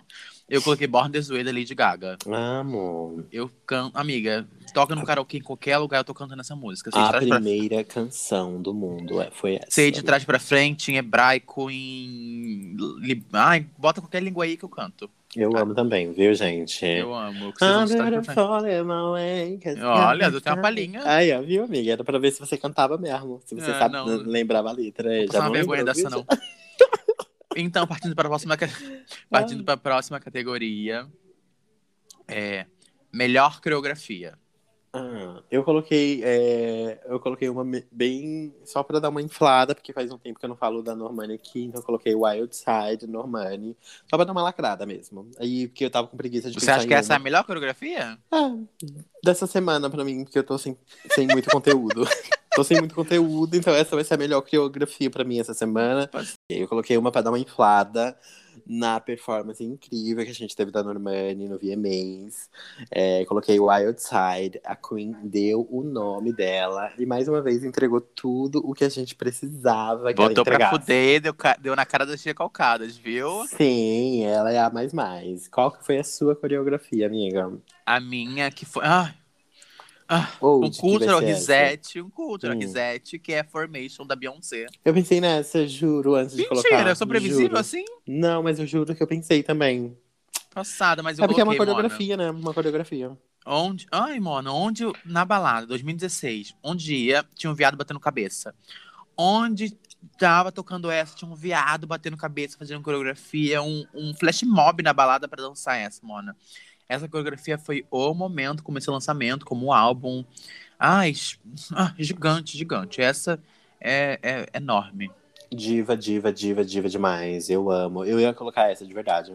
[SPEAKER 1] Eu coloquei Born This Way da Lady Gaga.
[SPEAKER 2] Amo.
[SPEAKER 1] Eu canto. Amiga, toca no karaokê em qualquer lugar, eu tô cantando essa música. Sei de,
[SPEAKER 2] A
[SPEAKER 1] trás pra...
[SPEAKER 2] primeira canção do mundo é, foi essa.
[SPEAKER 1] Sei de trás pra frente, em hebraico, em. li- Ai, bota qualquer língua aí que eu canto.
[SPEAKER 2] Eu amo também, viu, gente?
[SPEAKER 1] Eu amo. que vocês vão
[SPEAKER 2] I'm
[SPEAKER 1] de trás pra frente.
[SPEAKER 2] beautiful in my way, 'cause
[SPEAKER 1] Olha,
[SPEAKER 2] I'm
[SPEAKER 1] eu tenho uma palhinha.
[SPEAKER 2] Aí, assim, ó, viu, amiga? Era pra ver se você cantava mesmo. Se você
[SPEAKER 1] Ah,
[SPEAKER 2] sabe,
[SPEAKER 1] não.
[SPEAKER 2] não lembrava a letra. é,
[SPEAKER 1] Vou
[SPEAKER 2] Já
[SPEAKER 1] passar uma vergonha
[SPEAKER 2] lembrou,
[SPEAKER 1] dessa,
[SPEAKER 2] viu?
[SPEAKER 1] não. Então, partindo para a próxima, ca- partindo para a próxima categoria. É. Melhor coreografia.
[SPEAKER 2] Ah, eu coloquei, é, eu coloquei uma me- bem só pra dar uma inflada, porque faz um tempo que eu não falo da Normani aqui, então eu coloquei Wild Side, Normani, só pra dar uma lacrada mesmo. Aí porque eu tava com preguiça de
[SPEAKER 1] Você
[SPEAKER 2] pensar
[SPEAKER 1] acha
[SPEAKER 2] em
[SPEAKER 1] que essa é
[SPEAKER 2] uma.
[SPEAKER 1] a melhor coreografia?
[SPEAKER 2] Ah, dessa semana pra mim, porque eu tô sem, sem muito conteúdo. tô sem muito conteúdo, então essa vai ser a melhor coreografia pra mim essa semana. Eu coloquei uma pra dar uma inflada na performance incrível que a gente teve da Normani no VMAs. É, coloquei Wild Side, a Queen deu o nome dela e mais uma vez entregou tudo o que a gente precisava que ela
[SPEAKER 1] Botou pra
[SPEAKER 2] entregasse.
[SPEAKER 1] fuder, deu, ca- deu na cara das tia calcadas, viu?
[SPEAKER 2] Sim, ela é a mais mais. Qual que foi a sua coreografia, amiga?
[SPEAKER 1] A minha que foi. Ah,
[SPEAKER 2] Ou
[SPEAKER 1] um
[SPEAKER 2] de que vai
[SPEAKER 1] cultural
[SPEAKER 2] ser essa?
[SPEAKER 1] reset, um cultural
[SPEAKER 2] Hum.
[SPEAKER 1] reset, que é a formation da Beyoncé.
[SPEAKER 2] Eu pensei nessa, juro, antes de colocar.
[SPEAKER 1] Mentira, eu sou previsível
[SPEAKER 2] juro.
[SPEAKER 1] assim?
[SPEAKER 2] Não, mas eu juro que eu pensei também.
[SPEAKER 1] Passada, mas eu
[SPEAKER 2] é porque é uma
[SPEAKER 1] coloquei, Mona.
[SPEAKER 2] coreografia, né? Uma coreografia.
[SPEAKER 1] Onde... Ai, mano, onde... Na balada, 2016. Um dia, tinha um viado batendo cabeça. Onde tava tocando essa, tinha um viado batendo cabeça, fazendo coreografia. Um, um flash mob na balada pra dançar essa, mano. Essa coreografia foi o momento, como esse lançamento, como o álbum. Ai, es- ah, gigante, gigante. Essa é, é enorme.
[SPEAKER 2] Diva, diva, diva, diva demais. Eu amo. Eu ia colocar essa de verdade.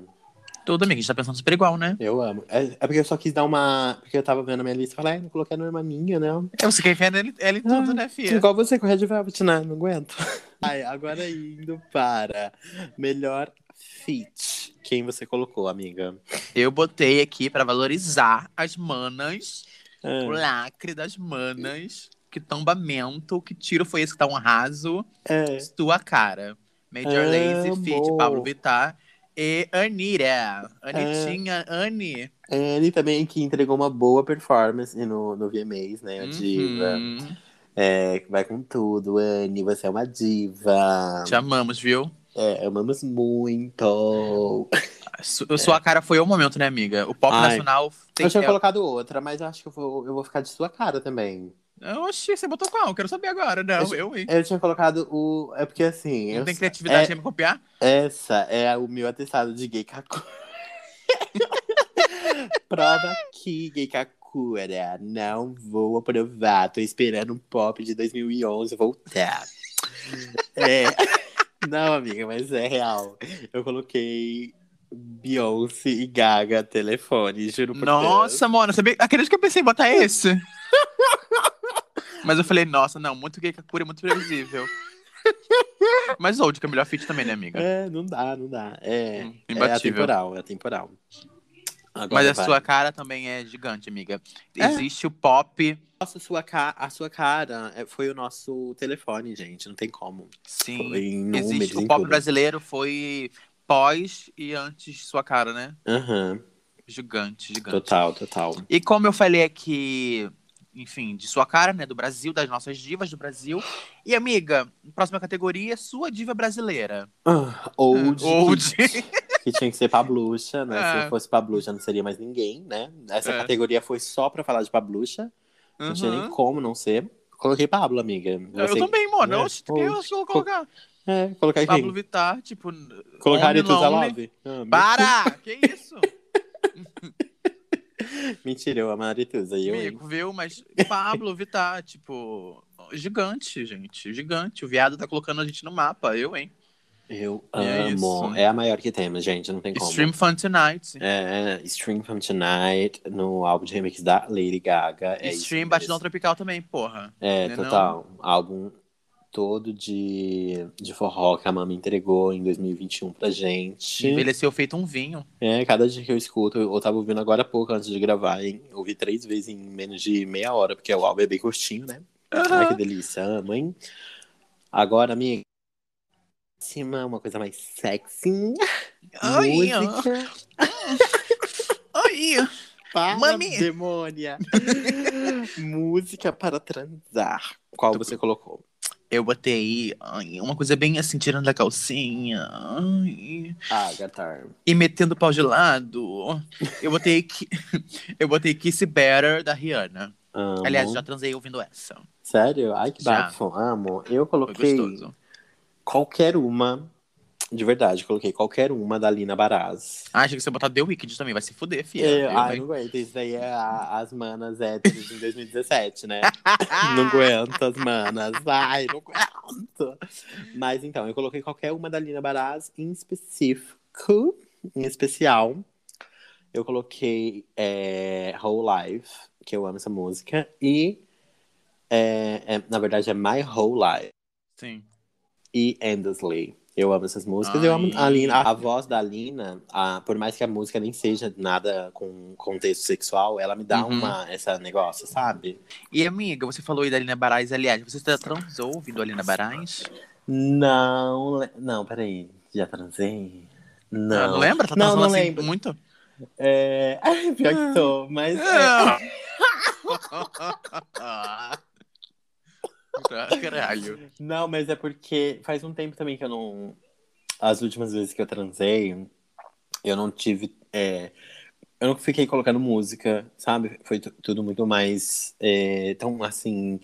[SPEAKER 1] Tudo, amiga, a gente tá pensando super igual, né?
[SPEAKER 2] Eu amo. É, é porque eu só quis dar uma. Porque eu tava vendo a minha lista e falei, ah, não coloquei a norma minha, né? Tipo,
[SPEAKER 1] Eu sei que ele, ele tudo, né, filha?
[SPEAKER 2] Igual você com Red Velvet, né? Não aguento. Ai, agora indo para melhor fit. Quem você colocou, amiga?
[SPEAKER 1] Eu botei aqui pra valorizar as manas,
[SPEAKER 2] É.
[SPEAKER 1] o
[SPEAKER 2] Ah,
[SPEAKER 1] lacre das manas. Que tombamento, que tiro foi esse que tá um raso.
[SPEAKER 2] É.
[SPEAKER 1] Sua cara. Major Lazy,
[SPEAKER 2] Amo.
[SPEAKER 1] Fit, Pablo Vittar e é. Anira.
[SPEAKER 2] É.
[SPEAKER 1] Anitinha, Anne.
[SPEAKER 2] Ele É, também que entregou uma boa performance no, no VMAs, né? A diva.
[SPEAKER 1] Uhum.
[SPEAKER 2] É, vai com tudo, Anne. Você é uma diva.
[SPEAKER 1] Te amamos, viu?
[SPEAKER 2] É, amamos muito.
[SPEAKER 1] Su- Sua cara foi o momento, né, amiga? O pop
[SPEAKER 2] É. Ai.
[SPEAKER 1] nacional tem.
[SPEAKER 2] eu tinha
[SPEAKER 1] é-
[SPEAKER 2] colocado outra, mas eu acho que eu vou, eu vou ficar de sua cara também.
[SPEAKER 1] Oxi, você botou qual? Quero saber agora. Não, eu, hein?
[SPEAKER 2] Eu tinha colocado o. É porque assim. eu-
[SPEAKER 1] Não tem criatividade pra me copiar?
[SPEAKER 2] Essa é o meu atestado de gay cacu. Prova aqui, gay cacura. Não vou aprovar. Tô esperando um pop de 2011 voltar. É. Não, amiga, mas é real. Eu coloquei Beyoncé e Gaga telefone, juro por Deus.
[SPEAKER 1] Nossa, mano, sabia? Acredito que eu pensei em botar esse. Mas eu falei, nossa, não, muito gay que a cura é muito previsível. Mas Old, que é o melhor fit também, né, amiga?
[SPEAKER 2] É, não dá, não dá. É,
[SPEAKER 1] Hum,
[SPEAKER 2] é
[SPEAKER 1] Imbatível.
[SPEAKER 2] atemporal, é atemporal. Agora
[SPEAKER 1] Mas é a
[SPEAKER 2] vai.
[SPEAKER 1] sua cara também é gigante, amiga.
[SPEAKER 2] É.
[SPEAKER 1] Existe o pop,
[SPEAKER 2] Nossa, sua ca... a sua cara é, foi o nosso telefone, gente. Não tem como.
[SPEAKER 1] sim.
[SPEAKER 2] Foi em números,
[SPEAKER 1] Existe.
[SPEAKER 2] em
[SPEAKER 1] O pop
[SPEAKER 2] tudo.
[SPEAKER 1] brasileiro foi pós e antes sua cara, né?
[SPEAKER 2] Aham,
[SPEAKER 1] Gigante, gigante.
[SPEAKER 2] total, total.
[SPEAKER 1] E como eu falei aqui, enfim, de sua cara, né? Do Brasil, das nossas divas do Brasil. E, amiga, próxima categoria, sua diva brasileira.
[SPEAKER 2] Ah, old,
[SPEAKER 1] Old.
[SPEAKER 2] Que, que tinha que ser Pablucha, né? Se
[SPEAKER 1] É.
[SPEAKER 2] não fosse Pablucha, não seria mais ninguém, né? Essa
[SPEAKER 1] É.
[SPEAKER 2] categoria foi só pra falar de Pablucha. Não tinha nem
[SPEAKER 1] Uhum.
[SPEAKER 2] como não ser. Coloquei Pablo, amiga.
[SPEAKER 1] Eu
[SPEAKER 2] Você-
[SPEAKER 1] também, mano.
[SPEAKER 2] né?
[SPEAKER 1] Eu acho que eu acho que eu vou colocar.
[SPEAKER 2] É, colocar quem?
[SPEAKER 1] Pablo Vittar, tipo.
[SPEAKER 2] Colocar
[SPEAKER 1] Homem
[SPEAKER 2] Aretuza
[SPEAKER 1] Lonely.
[SPEAKER 2] Love. Ah,
[SPEAKER 1] Para! Que isso?
[SPEAKER 2] Mentira, eu amo a Aretuza. e Eu, hein?
[SPEAKER 1] Amigo, viu? Mas Pablo Vittar, tipo. Gigante, gente. Gigante. O viado tá colocando a gente no mapa. Eu, hein?
[SPEAKER 2] eu
[SPEAKER 1] É
[SPEAKER 2] amo.
[SPEAKER 1] isso.
[SPEAKER 2] É, a maior que temos, gente. Não tem como.
[SPEAKER 1] Stream Fun Tonight.
[SPEAKER 2] É, Stream from Tonight, no álbum de remix da Lady Gaga. É isso
[SPEAKER 1] Stream
[SPEAKER 2] mesmo.
[SPEAKER 1] Batidão Tropical também, porra.
[SPEAKER 2] É,
[SPEAKER 1] né, não?
[SPEAKER 2] total. Álbum todo de, de forró que a Mama entregou em 2021 pra gente.
[SPEAKER 1] Envelheceu feito um vinho.
[SPEAKER 2] É, cada dia que eu escuto, eu tava ouvindo agora há pouco antes de gravar, hein? Ouvi três vezes em menos de meia hora, porque o álbum é bem curtinho, né? Ai, que delícia, amo, hein? Agora, amiga. próxima, Uma coisa mais sexy.
[SPEAKER 1] Ai, ó.
[SPEAKER 2] música.
[SPEAKER 1] Ai,
[SPEAKER 2] Para,
[SPEAKER 1] Mami.
[SPEAKER 2] demônia! Música para transar. Qual você colocou?
[SPEAKER 1] eu botei ai, uma coisa bem assim, tirando da calcinha. ai,
[SPEAKER 2] Agatha.
[SPEAKER 1] e metendo o pau de lado. Eu botei que eu botei Kiss Better da Rihanna.
[SPEAKER 2] Amo.
[SPEAKER 1] Aliás, já transei ouvindo essa.
[SPEAKER 2] Sério? Ai, que
[SPEAKER 1] Já.
[SPEAKER 2] bafo. Amo.
[SPEAKER 1] Foi
[SPEAKER 2] Eu coloquei
[SPEAKER 1] gostoso.
[SPEAKER 2] qualquer uma. De verdade, coloquei qualquer uma da Lina Baraz.
[SPEAKER 1] Ah, achei que você ia botar The Wicked também, vai se fuder, filha.
[SPEAKER 2] Eu,
[SPEAKER 1] é, Eu,
[SPEAKER 2] É, ai,
[SPEAKER 1] hein?
[SPEAKER 2] não aguento. Isso daí é a- as manas héteros em 2017, né? não aguento as manas. Ai, não aguento. Mas então, eu coloquei qualquer uma da Lina Baraz em específico, em especial. Eu coloquei é, Whole Life, que eu amo essa música. E, é, é, na verdade, é My Whole Life
[SPEAKER 1] Sim.
[SPEAKER 2] e Endlessly. Eu amo essas músicas, eu amo a
[SPEAKER 1] Ai.
[SPEAKER 2] Lina. A, a voz da Lina, a- por mais que a música nem seja nada com contexto sexual, ela me dá
[SPEAKER 1] Uhum.
[SPEAKER 2] uma, essa negócio, sabe?
[SPEAKER 1] E amiga, você falou aí da Alina Baraz, aliás, você já transou ouvindo a Alina Baraz?
[SPEAKER 2] Não, le- não, peraí. Já transei? Não.
[SPEAKER 1] Ah, não lembra? Tá
[SPEAKER 2] Não,
[SPEAKER 1] transando
[SPEAKER 2] não
[SPEAKER 1] assim
[SPEAKER 2] lembro.
[SPEAKER 1] muito?
[SPEAKER 2] É... Ai, pior
[SPEAKER 1] Ah.
[SPEAKER 2] que tô, mas. é,
[SPEAKER 1] Caralho.
[SPEAKER 2] Não, mas é porque faz um tempo também que eu não. As últimas vezes que eu transei, eu não tive é, eu não fiquei colocando música, sabe? Foi tu- tudo muito mais. é, tão assim.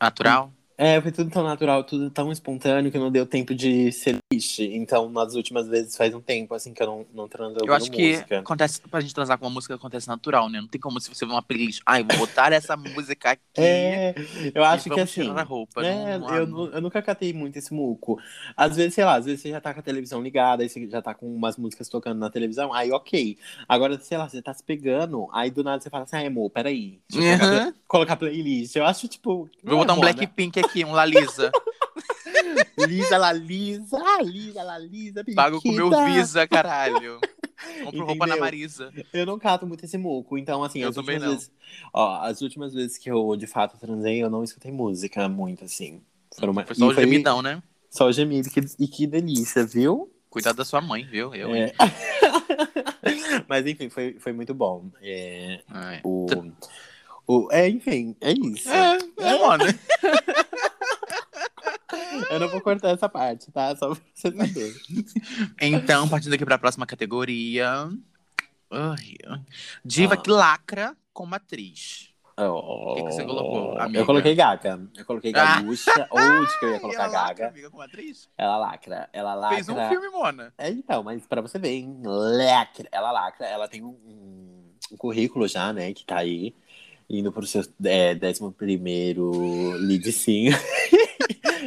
[SPEAKER 1] Natural?
[SPEAKER 2] É, foi tudo tão natural, tudo tão espontâneo que não deu tempo de ser lixo. Então, nas últimas vezes, faz um tempo, assim, que eu não, não transo
[SPEAKER 1] Eu acho que
[SPEAKER 2] música.
[SPEAKER 1] acontece, pra gente transar com uma música, acontece natural, né? Não tem como se você vê uma playlist. Ai, vou botar essa música aqui.
[SPEAKER 2] É, eu
[SPEAKER 1] e
[SPEAKER 2] acho que
[SPEAKER 1] vamos
[SPEAKER 2] assim.
[SPEAKER 1] tirar a roupa.
[SPEAKER 2] É,
[SPEAKER 1] não-
[SPEAKER 2] eu, nu- eu nunca catei muito esse muco. Às vezes, sei lá, às vezes você já tá com a televisão ligada, aí você já tá com umas músicas tocando na televisão, aí ok. Agora, sei lá, você tá se pegando, aí do nada você fala assim, ai amor, peraí, deixa eu colocar,
[SPEAKER 1] Uhum.
[SPEAKER 2] colocar playlist. Eu acho, tipo... não
[SPEAKER 1] Vou botar
[SPEAKER 2] é
[SPEAKER 1] um
[SPEAKER 2] moda.
[SPEAKER 1] Blackpink aqui, um Lalisa.
[SPEAKER 2] Lisa, la Lisa, ah, Lisa, la Lisa,
[SPEAKER 1] Pago com meu
[SPEAKER 2] periquita.
[SPEAKER 1] Visa, caralho. Compro roupa na
[SPEAKER 2] tá. Entendeu?
[SPEAKER 1] Marisa.
[SPEAKER 2] Eu não cato muito esse muco, então assim,
[SPEAKER 1] Eu
[SPEAKER 2] as
[SPEAKER 1] também
[SPEAKER 2] últimas
[SPEAKER 1] não.
[SPEAKER 2] vezes... Ó, as últimas vezes que eu, de fato, transei, eu não escutei música muito, assim. Foram uma...
[SPEAKER 1] Foi só
[SPEAKER 2] e
[SPEAKER 1] o gemidão, né?
[SPEAKER 2] Só o gemido, que, e que delícia, viu?
[SPEAKER 1] Cuidado da sua mãe, viu? Eu, hein?
[SPEAKER 2] É. Mas enfim, foi, foi muito bom. É,
[SPEAKER 1] Ai.
[SPEAKER 2] o, o, é, enfim, é isso.
[SPEAKER 1] É, é, mano.
[SPEAKER 2] Eu não vou cortar essa parte, tá? Só pra você saber.
[SPEAKER 1] Então, partindo aqui pra próxima categoria. Ai, ai. Diva
[SPEAKER 2] Ah.
[SPEAKER 1] que lacra como atriz.
[SPEAKER 2] O
[SPEAKER 1] que que você colocou, amiga?
[SPEAKER 2] Oh, Eu coloquei gaga. Eu coloquei
[SPEAKER 1] Ah.
[SPEAKER 2] gaúcha. Onde que eu ia colocar
[SPEAKER 1] ela lacra,
[SPEAKER 2] gaga?
[SPEAKER 1] amiga, como atriz?
[SPEAKER 2] Ela lacra. Ela lacra.
[SPEAKER 1] Fez um filme, Mona.
[SPEAKER 2] É, então, mas pra você ver, hein? Lacra. Ela lacra. Ela tem um, um- um currículo já, né? Que tá aí. Indo pro seu é, 11 lead sim.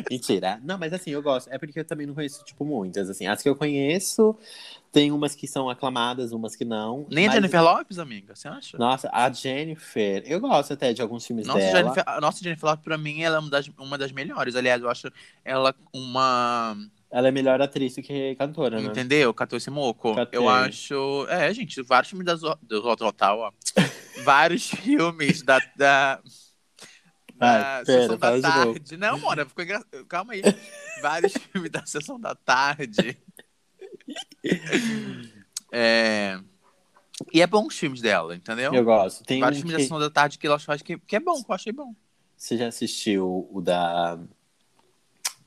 [SPEAKER 2] Mentira. Não, mas assim, eu gosto. É porque eu também não conheço, tipo, muitas. Assim, as que eu conheço, tem umas que são aclamadas, umas que não.
[SPEAKER 1] Nem a
[SPEAKER 2] mas-
[SPEAKER 1] Jennifer Lopes, amiga, você acha?
[SPEAKER 2] Nossa, a Jennifer. Eu gosto até de alguns filmes
[SPEAKER 1] Nossa,
[SPEAKER 2] dela.
[SPEAKER 1] Jennifer, a nossa Jennifer Lopes, pra mim, ela é uma das, uma das melhores. Aliás, eu acho ela uma.
[SPEAKER 2] Ela é melhor atriz do que cantora, né?
[SPEAKER 1] Entendeu? Catou esse moco.
[SPEAKER 2] Catei.
[SPEAKER 1] Eu acho. É, gente, vários filmes da Zo- do Zorro Total, ó. vários filmes da. da... Da
[SPEAKER 2] Vai, pera,
[SPEAKER 1] Sessão
[SPEAKER 2] fala
[SPEAKER 1] da
[SPEAKER 2] de novo.
[SPEAKER 1] Tarde. Não, mora, ficou engra... Calma aí. Vários filmes da Sessão da Tarde. É... E é bom os filmes dela, entendeu?
[SPEAKER 2] Eu gosto. Tem
[SPEAKER 1] então. Vários
[SPEAKER 2] um
[SPEAKER 1] filmes assim. da
[SPEAKER 2] que-
[SPEAKER 1] Sessão da Tarde que ela faz que, que é bom, que eu achei bom.
[SPEAKER 2] Você já assistiu o da.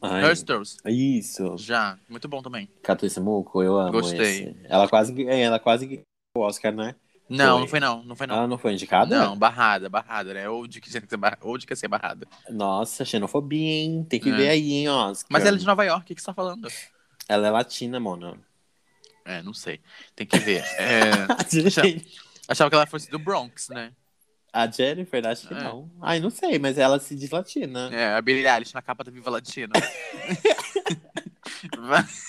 [SPEAKER 2] Ai,
[SPEAKER 1] Hustlers,
[SPEAKER 2] Isso.
[SPEAKER 1] já. Muito bom também.
[SPEAKER 2] Catuíça Muco, eu amo
[SPEAKER 1] Gostei.
[SPEAKER 2] esse. Ela quase, é, ela quase ganhou o Oscar, né?
[SPEAKER 1] Não, não foi
[SPEAKER 2] Foi.
[SPEAKER 1] não, não foi não.
[SPEAKER 2] Ela não foi indicada?
[SPEAKER 1] não, barrada, barrada, né? Ou de que ser, barra- ou de que ser barrada.
[SPEAKER 2] Nossa, xenofobia, hein? Tem que
[SPEAKER 1] É.
[SPEAKER 2] ver aí, hein, Oscar.
[SPEAKER 1] Mas ela é de Nova York, o que que você tá falando?
[SPEAKER 2] Ela é latina, mano.
[SPEAKER 1] É, não sei. Tem que ver. É, achava que ela fosse do Bronx, né?
[SPEAKER 2] A Jennifer, acho que
[SPEAKER 1] É.
[SPEAKER 2] não. Ai, não sei, mas ela se diz latina.
[SPEAKER 1] É, a Billie Eilish na capa da Viva Latina. Mas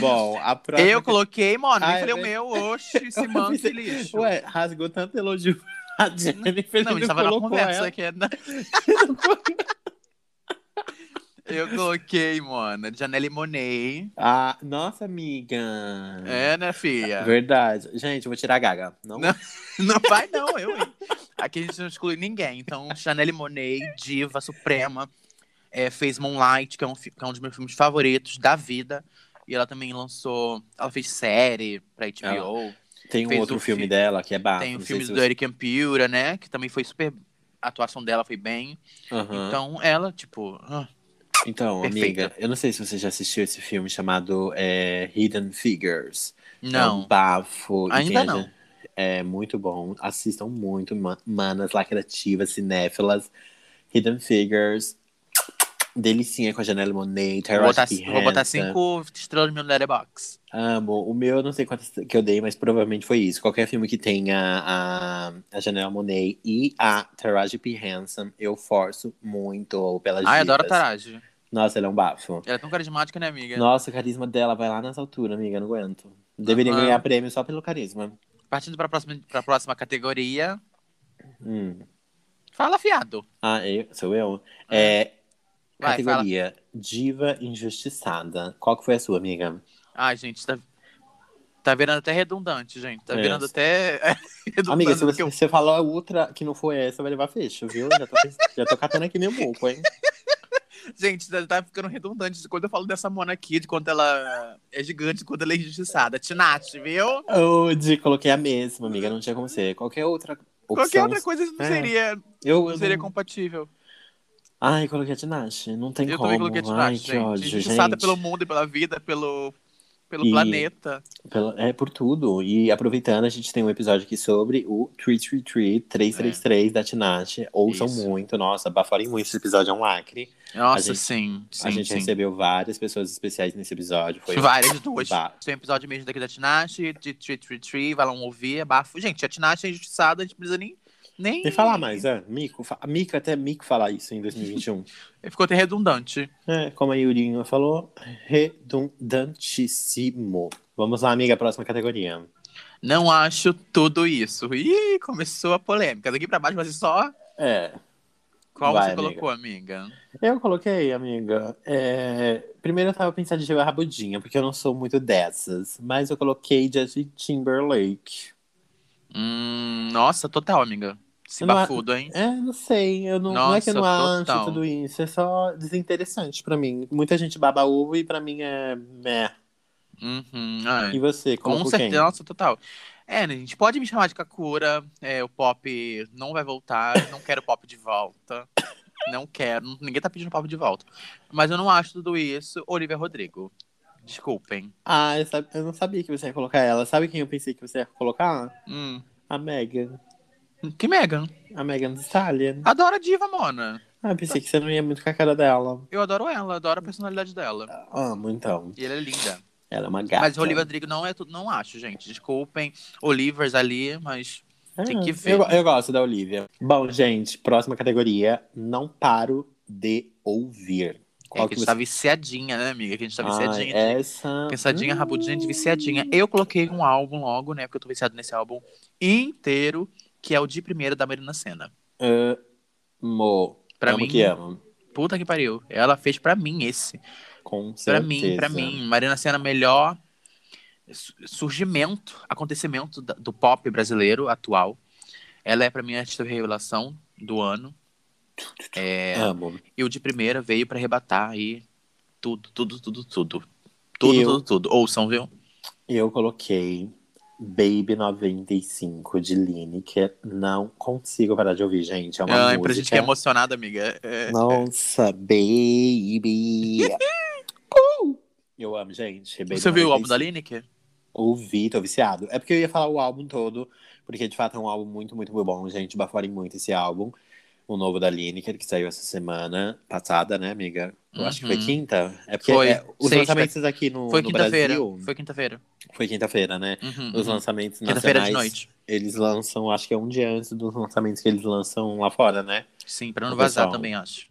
[SPEAKER 2] Bom, a próxima...
[SPEAKER 1] É. eu coloquei, mano, nem
[SPEAKER 2] Ah, é
[SPEAKER 1] falei o
[SPEAKER 2] bem-
[SPEAKER 1] meu, oxe, se manda que lixo.
[SPEAKER 2] Ué, rasgou tanto elogio pra Jennifer.
[SPEAKER 1] não, a
[SPEAKER 2] ele
[SPEAKER 1] gente tava na
[SPEAKER 2] colocou
[SPEAKER 1] conversa
[SPEAKER 2] ela.
[SPEAKER 1] aqui. né? Eu coloquei, mano, Janelle Monet.
[SPEAKER 2] Ah, nossa, amiga.
[SPEAKER 1] É, né, filha?
[SPEAKER 2] Verdade. Gente, eu vou tirar a gaga. Não,
[SPEAKER 1] Não. Não vai, não, eu, hein? Aqui a gente não exclui ninguém. Então, Chanel Monet, diva suprema, é, fez Moonlight, que é, um, fi- que é um dos meus filmes favoritos da vida. E ela também lançou. Ela fez série pra HBO.
[SPEAKER 2] Tem um
[SPEAKER 1] Fez
[SPEAKER 2] outro
[SPEAKER 1] o
[SPEAKER 2] filme
[SPEAKER 1] fi-
[SPEAKER 2] dela que é bafo.
[SPEAKER 1] Tem o
[SPEAKER 2] Ah, não
[SPEAKER 1] filme
[SPEAKER 2] sei
[SPEAKER 1] do
[SPEAKER 2] se
[SPEAKER 1] Eric Ampura, né? Que também foi super. A atuação dela foi bem.
[SPEAKER 2] você- Aham.
[SPEAKER 1] Então, ela, tipo. ah,
[SPEAKER 2] Então,
[SPEAKER 1] Perfeito.
[SPEAKER 2] amiga, eu não sei se você já assistiu esse filme chamado é, Hidden Figures. É um
[SPEAKER 1] não.
[SPEAKER 2] bafo. E
[SPEAKER 1] Ainda
[SPEAKER 2] tem a
[SPEAKER 1] não.
[SPEAKER 2] Jan- É muito bom. Assistam muito, ma- manas lacrativas, cinéfilas. Hidden Figures. Delicinha com a Janelle Monáe,
[SPEAKER 1] Vou
[SPEAKER 2] Tara
[SPEAKER 1] botar,
[SPEAKER 2] Hanson.
[SPEAKER 1] vou botar
[SPEAKER 2] né.
[SPEAKER 1] cinco estrelas no meu letterbox.
[SPEAKER 2] Amo. O meu, eu não sei quantas que eu dei, mas provavelmente foi isso. Qualquer filme que tenha a, a Janelle Monáe e a Taraji P. Hanson, eu forço muito pelas
[SPEAKER 1] Ai, adoro a
[SPEAKER 2] divas.
[SPEAKER 1] Taraji.
[SPEAKER 2] Nossa, ela é um bafo.
[SPEAKER 1] Ela é tão carismática, né, amiga?
[SPEAKER 2] Nossa, o carisma dela vai lá nas alturas, amiga, eu não aguento. Deveria
[SPEAKER 1] Aham.
[SPEAKER 2] ganhar prêmio só pelo carisma.
[SPEAKER 1] Partindo pra próxima, pra próxima categoria.
[SPEAKER 2] Hum.
[SPEAKER 1] Fala, fiado.
[SPEAKER 2] Ah, eu, sou eu? É,
[SPEAKER 1] Vai,
[SPEAKER 2] categoria Diva Injustiçada. Qual que foi a sua, amiga?
[SPEAKER 1] Ai, gente, tá, tá virando até redundante, gente. Tá
[SPEAKER 2] É.
[SPEAKER 1] virando até redundante.
[SPEAKER 2] amiga, se
[SPEAKER 1] que
[SPEAKER 2] você,
[SPEAKER 1] eu-
[SPEAKER 2] você falar outra que não foi essa, vai levar fecho, viu? Já tô, pens- já tô catando aqui meu pouco, hein?
[SPEAKER 1] Gente, tá, tá ficando redundante. Quando eu falo dessa mona aqui, de quanto ela é gigante, de quanto ela é injustiçada. Tinate, viu?
[SPEAKER 2] Hoje, coloquei a mesma, amiga, não tinha como ser. Qualquer outra opção...
[SPEAKER 1] Qualquer outra coisa não
[SPEAKER 2] É.
[SPEAKER 1] seria, não
[SPEAKER 2] Eu, eu
[SPEAKER 1] seria
[SPEAKER 2] não-
[SPEAKER 1] compatível.
[SPEAKER 2] Ai, coloquei a Tinashe, não tem
[SPEAKER 1] Eu
[SPEAKER 2] como.
[SPEAKER 1] também coloquei a
[SPEAKER 2] Ai,
[SPEAKER 1] Tinate,
[SPEAKER 2] que
[SPEAKER 1] gente.
[SPEAKER 2] ódio,
[SPEAKER 1] injustiçada
[SPEAKER 2] gente.
[SPEAKER 1] pelo mundo e pela vida, pelo pelo
[SPEAKER 2] E-
[SPEAKER 1] planeta.
[SPEAKER 2] Pela- É por tudo. E aproveitando, a gente tem um episódio aqui sobre o 333, 333 da Tinashe. Ouçam
[SPEAKER 1] É. Isso.
[SPEAKER 2] muito, nossa, abaforem muito. Esse episódio é um lacre.
[SPEAKER 1] Nossa,
[SPEAKER 2] gente-
[SPEAKER 1] sim, sim,
[SPEAKER 2] a gente
[SPEAKER 1] sim.
[SPEAKER 2] recebeu várias pessoas especiais nesse episódio. Foi
[SPEAKER 1] Várias duas.
[SPEAKER 2] Ba-
[SPEAKER 1] Tem um episódio mesmo daqui da Tinashe, de Tri Tri Tri, vai lá um ouvir, é bafo. Gente, a Tinashe é injustiçada, a gente não precisa nem. Nem,
[SPEAKER 2] Nem falar mais, é. Mico, fa... Mico, até Mico falar isso em 2021.
[SPEAKER 1] Ficou até redundante.
[SPEAKER 2] é, como a Yurinha falou, redundantíssimo. Vamos lá, amiga, próxima categoria.
[SPEAKER 1] Não acho tudo isso. Ih, começou a polêmica. Daqui pra baixo vai ser só
[SPEAKER 2] É,
[SPEAKER 1] qual
[SPEAKER 2] Vai,
[SPEAKER 1] você
[SPEAKER 2] amiga.
[SPEAKER 1] colocou, amiga.
[SPEAKER 2] Eu coloquei, amiga. é, Primeiro eu tava pensando em jogar rabudinha, porque eu não sou muito dessas. Mas eu coloquei Justin Timberlake.
[SPEAKER 1] Hum, nossa, total, amiga. Se
[SPEAKER 2] Eu não a-
[SPEAKER 1] bafudo, hein?
[SPEAKER 2] É, não sei. Eu não, não é que eu não
[SPEAKER 1] Nossa,
[SPEAKER 2] acho
[SPEAKER 1] total.
[SPEAKER 2] tudo isso. É só desinteressante pra mim. Muita gente baba ovo e pra mim é. meh.
[SPEAKER 1] Uhum, é.
[SPEAKER 2] E você,
[SPEAKER 1] Com
[SPEAKER 2] colocou
[SPEAKER 1] certeza,
[SPEAKER 2] quem?
[SPEAKER 1] nossa, total. É, né, gente pode me chamar de Kakura. é, o pop não vai voltar. Não quero pop de volta. Não quero. não- Ninguém tá pedindo pop de volta. Mas eu não acho tudo isso. Olivia Rodrigo. Desculpem.
[SPEAKER 2] Ah, eu, sab- eu não sabia que você ia colocar ela. Sabe quem eu pensei que você ia colocar?
[SPEAKER 1] Hum,
[SPEAKER 2] A Megan.
[SPEAKER 1] Que Megan.
[SPEAKER 2] A Megan Thee Stallion.
[SPEAKER 1] Adoro a diva, Mona.
[SPEAKER 2] Ah, eu pensei que você não ia muito com a cara dela.
[SPEAKER 1] Eu adoro ela, adoro a personalidade dela.
[SPEAKER 2] Amo, então.
[SPEAKER 1] E ela é linda.
[SPEAKER 2] Ela é uma gata.
[SPEAKER 1] Mas Olivia Rodrigo não é tudo, não acho, gente. Desculpem. Olivers ali, mas. é Tem que ver.
[SPEAKER 2] Ah, Eu, eu gosto da Olivia. Bom, gente, próxima categoria. Não paro de ouvir.
[SPEAKER 1] é que a gente tá viciadinha, né, amiga? Que a gente tá
[SPEAKER 2] Ai,
[SPEAKER 1] viciadinha.
[SPEAKER 2] Ah, é essa...
[SPEAKER 1] Pensadinha,
[SPEAKER 2] Hum,
[SPEAKER 1] rabudinha de viciadinha. Eu coloquei um álbum logo, né? Porque eu tô viciado nesse álbum inteiro, que é o de primeira da Marina Senna.
[SPEAKER 2] Mo.
[SPEAKER 1] Pra
[SPEAKER 2] amo
[SPEAKER 1] mim-
[SPEAKER 2] que é. amo.
[SPEAKER 1] Puta que pariu. Ela fez pra mim esse.
[SPEAKER 2] Com
[SPEAKER 1] Pra
[SPEAKER 2] certeza.
[SPEAKER 1] mim, pra mim. Marina Senna, é melhor su- surgimento, acontecimento da- do pop brasileiro atual. Ela é pra mim a artista revelação do ano. é.
[SPEAKER 2] Amo.
[SPEAKER 1] E o de primeira veio pra arrebatar aí tudo, tudo, tudo, tudo. Tudo,
[SPEAKER 2] Eu-
[SPEAKER 1] tudo, tudo. Ouçam, viu?
[SPEAKER 2] Eu coloquei Baby 95 de Lineker. Não consigo parar de ouvir, gente. É uma
[SPEAKER 1] Ai,
[SPEAKER 2] música...
[SPEAKER 1] pra gente que é emocionada, amiga. É...
[SPEAKER 2] Nossa, baby. Uh! Eu amo, gente. Baby
[SPEAKER 1] Você viu o álbum
[SPEAKER 2] 95.
[SPEAKER 1] da Lineker?
[SPEAKER 2] Ouvi, tô viciado. É porque eu ia falar o álbum todo, porque de fato é um álbum muito, muito bom, gente. Baforem muito esse álbum. O novo da Lineker, que saiu essa semana passada, né, amiga? Eu acho que foi
[SPEAKER 1] Uhum.
[SPEAKER 2] quinta. É porque
[SPEAKER 1] Foi.
[SPEAKER 2] é, os
[SPEAKER 1] Sexta.
[SPEAKER 2] lançamentos aqui no,
[SPEAKER 1] Foi
[SPEAKER 2] no
[SPEAKER 1] quinta-feira.
[SPEAKER 2] Brasil...
[SPEAKER 1] Foi quinta-feira.
[SPEAKER 2] Foi quinta-feira, né?
[SPEAKER 1] Uhum,
[SPEAKER 2] Os
[SPEAKER 1] uhum.
[SPEAKER 2] lançamentos
[SPEAKER 1] Quinta-feira de
[SPEAKER 2] nacionais,
[SPEAKER 1] noite.
[SPEAKER 2] eles lançam, acho que é um dia antes dos lançamentos que eles lançam lá fora, né?
[SPEAKER 1] Sim, pra não
[SPEAKER 2] Ô,
[SPEAKER 1] vazar
[SPEAKER 2] pessoal.
[SPEAKER 1] também, acho.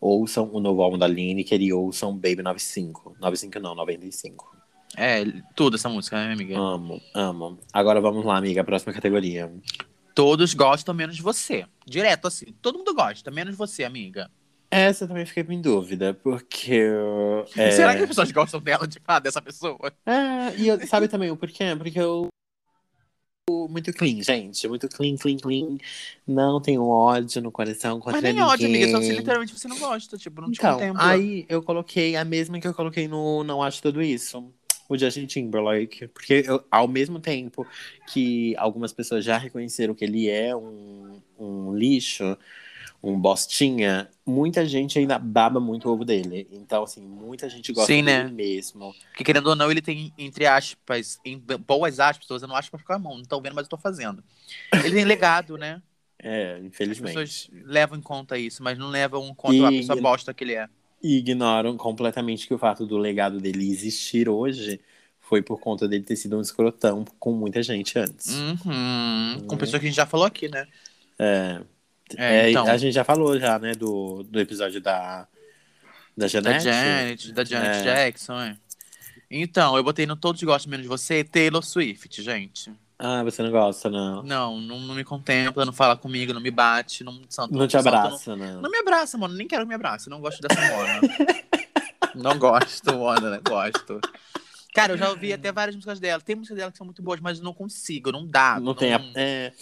[SPEAKER 2] Ouçam o novo álbum da Lineker e ouçam Baby 95. 95 não, 95.
[SPEAKER 1] É, tudo essa música, né, amiga?
[SPEAKER 2] Amo, amo. Agora vamos lá, amiga, próxima categoria.
[SPEAKER 1] Todos gostam, menos você. Direto assim. Todo mundo gosta, menos você, amiga.
[SPEAKER 2] Essa eu também fiquei em dúvida, porque.
[SPEAKER 1] E
[SPEAKER 2] É...
[SPEAKER 1] Será que as pessoas gostam dela, de fato, dessa pessoa?
[SPEAKER 2] É, e eu- sabe também o porquê? Porque eu. Muito clean, gente. Muito clean, clean, clean. Não tenho ódio no coração contra
[SPEAKER 1] Mas nem
[SPEAKER 2] é ninguém.
[SPEAKER 1] ódio, amiga. Só se literalmente você não gosta. Tipo, não te
[SPEAKER 2] Então,
[SPEAKER 1] contempla.
[SPEAKER 2] aí eu coloquei a mesma que eu coloquei no Não Acho Tudo Isso. O Justin Timberlake. Porque eu- ao mesmo tempo que algumas pessoas já reconheceram que ele é um, um lixo, um bostinha, muita gente ainda baba muito o ovo dele. Então, assim, muita gente gosta
[SPEAKER 1] Sim,
[SPEAKER 2] dele
[SPEAKER 1] né?
[SPEAKER 2] mesmo.
[SPEAKER 1] Porque querendo ou não, ele tem, entre aspas, em boas aspas, eu não acho pra ficar a mão. Não estão vendo, mas eu tô fazendo. Ele tem legado, né?
[SPEAKER 2] É,
[SPEAKER 1] As
[SPEAKER 2] infelizmente.
[SPEAKER 1] pessoas levam em conta isso, mas não levam em conta a
[SPEAKER 2] E-
[SPEAKER 1] pessoa bosta que ele é.
[SPEAKER 2] E ignoram completamente que o fato do legado dele existir hoje foi por conta dele ter sido um escrotão com muita gente antes.
[SPEAKER 1] Uhum. Com pessoas que a gente já falou aqui, né?
[SPEAKER 2] É,
[SPEAKER 1] É,
[SPEAKER 2] é,
[SPEAKER 1] então.
[SPEAKER 2] A gente já falou já, né, do, do episódio da, da
[SPEAKER 1] Da
[SPEAKER 2] Janete.
[SPEAKER 1] Janet, da Janet
[SPEAKER 2] Né? É.
[SPEAKER 1] Jackson, é. Então, eu botei no Todos Gostam Menos de Você, Taylor Swift, gente.
[SPEAKER 2] Ah, você não gosta, não.
[SPEAKER 1] Não, não, não me contempla, não fala comigo, não me bate, não, santo,
[SPEAKER 2] Não te
[SPEAKER 1] santo
[SPEAKER 2] abraça,
[SPEAKER 1] Não,
[SPEAKER 2] não.
[SPEAKER 1] não me abraça, mano, nem quero que me abrace, não gosto dessa mona. não gosto, mona, né? gosto. Cara, eu já ouvi até várias músicas dela. Tem músicas dela que são muito boas, mas eu não consigo, não dá.
[SPEAKER 2] Não, tem a- é,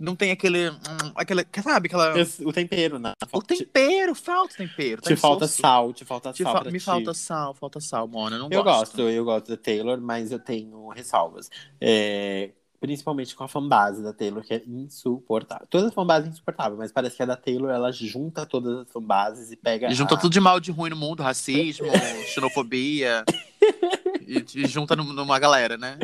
[SPEAKER 1] não tem aquele, hum, aquela, sabe, aquela...
[SPEAKER 2] esse- o tempero, né?
[SPEAKER 1] O tempero, falta o tempero. tá
[SPEAKER 2] Te falta
[SPEAKER 1] insosso.
[SPEAKER 2] sal, te falta
[SPEAKER 1] Te
[SPEAKER 2] sal.
[SPEAKER 1] fa-
[SPEAKER 2] pra
[SPEAKER 1] me
[SPEAKER 2] ti.
[SPEAKER 1] falta sal, falta sal, Mona. eu Não
[SPEAKER 2] Eu
[SPEAKER 1] gosto.
[SPEAKER 2] gosto, eu gosto da Taylor, mas eu tenho ressalvas. É, principalmente com a fanbase da Taylor, que é insuportável. Toda a fanbase é insuportável, mas parece que a da Taylor ela junta todas as fanbases e pega.
[SPEAKER 1] E juntou
[SPEAKER 2] a-
[SPEAKER 1] tudo de mal de ruim no mundo, racismo, xenofobia, E, e junta num- numa galera, né?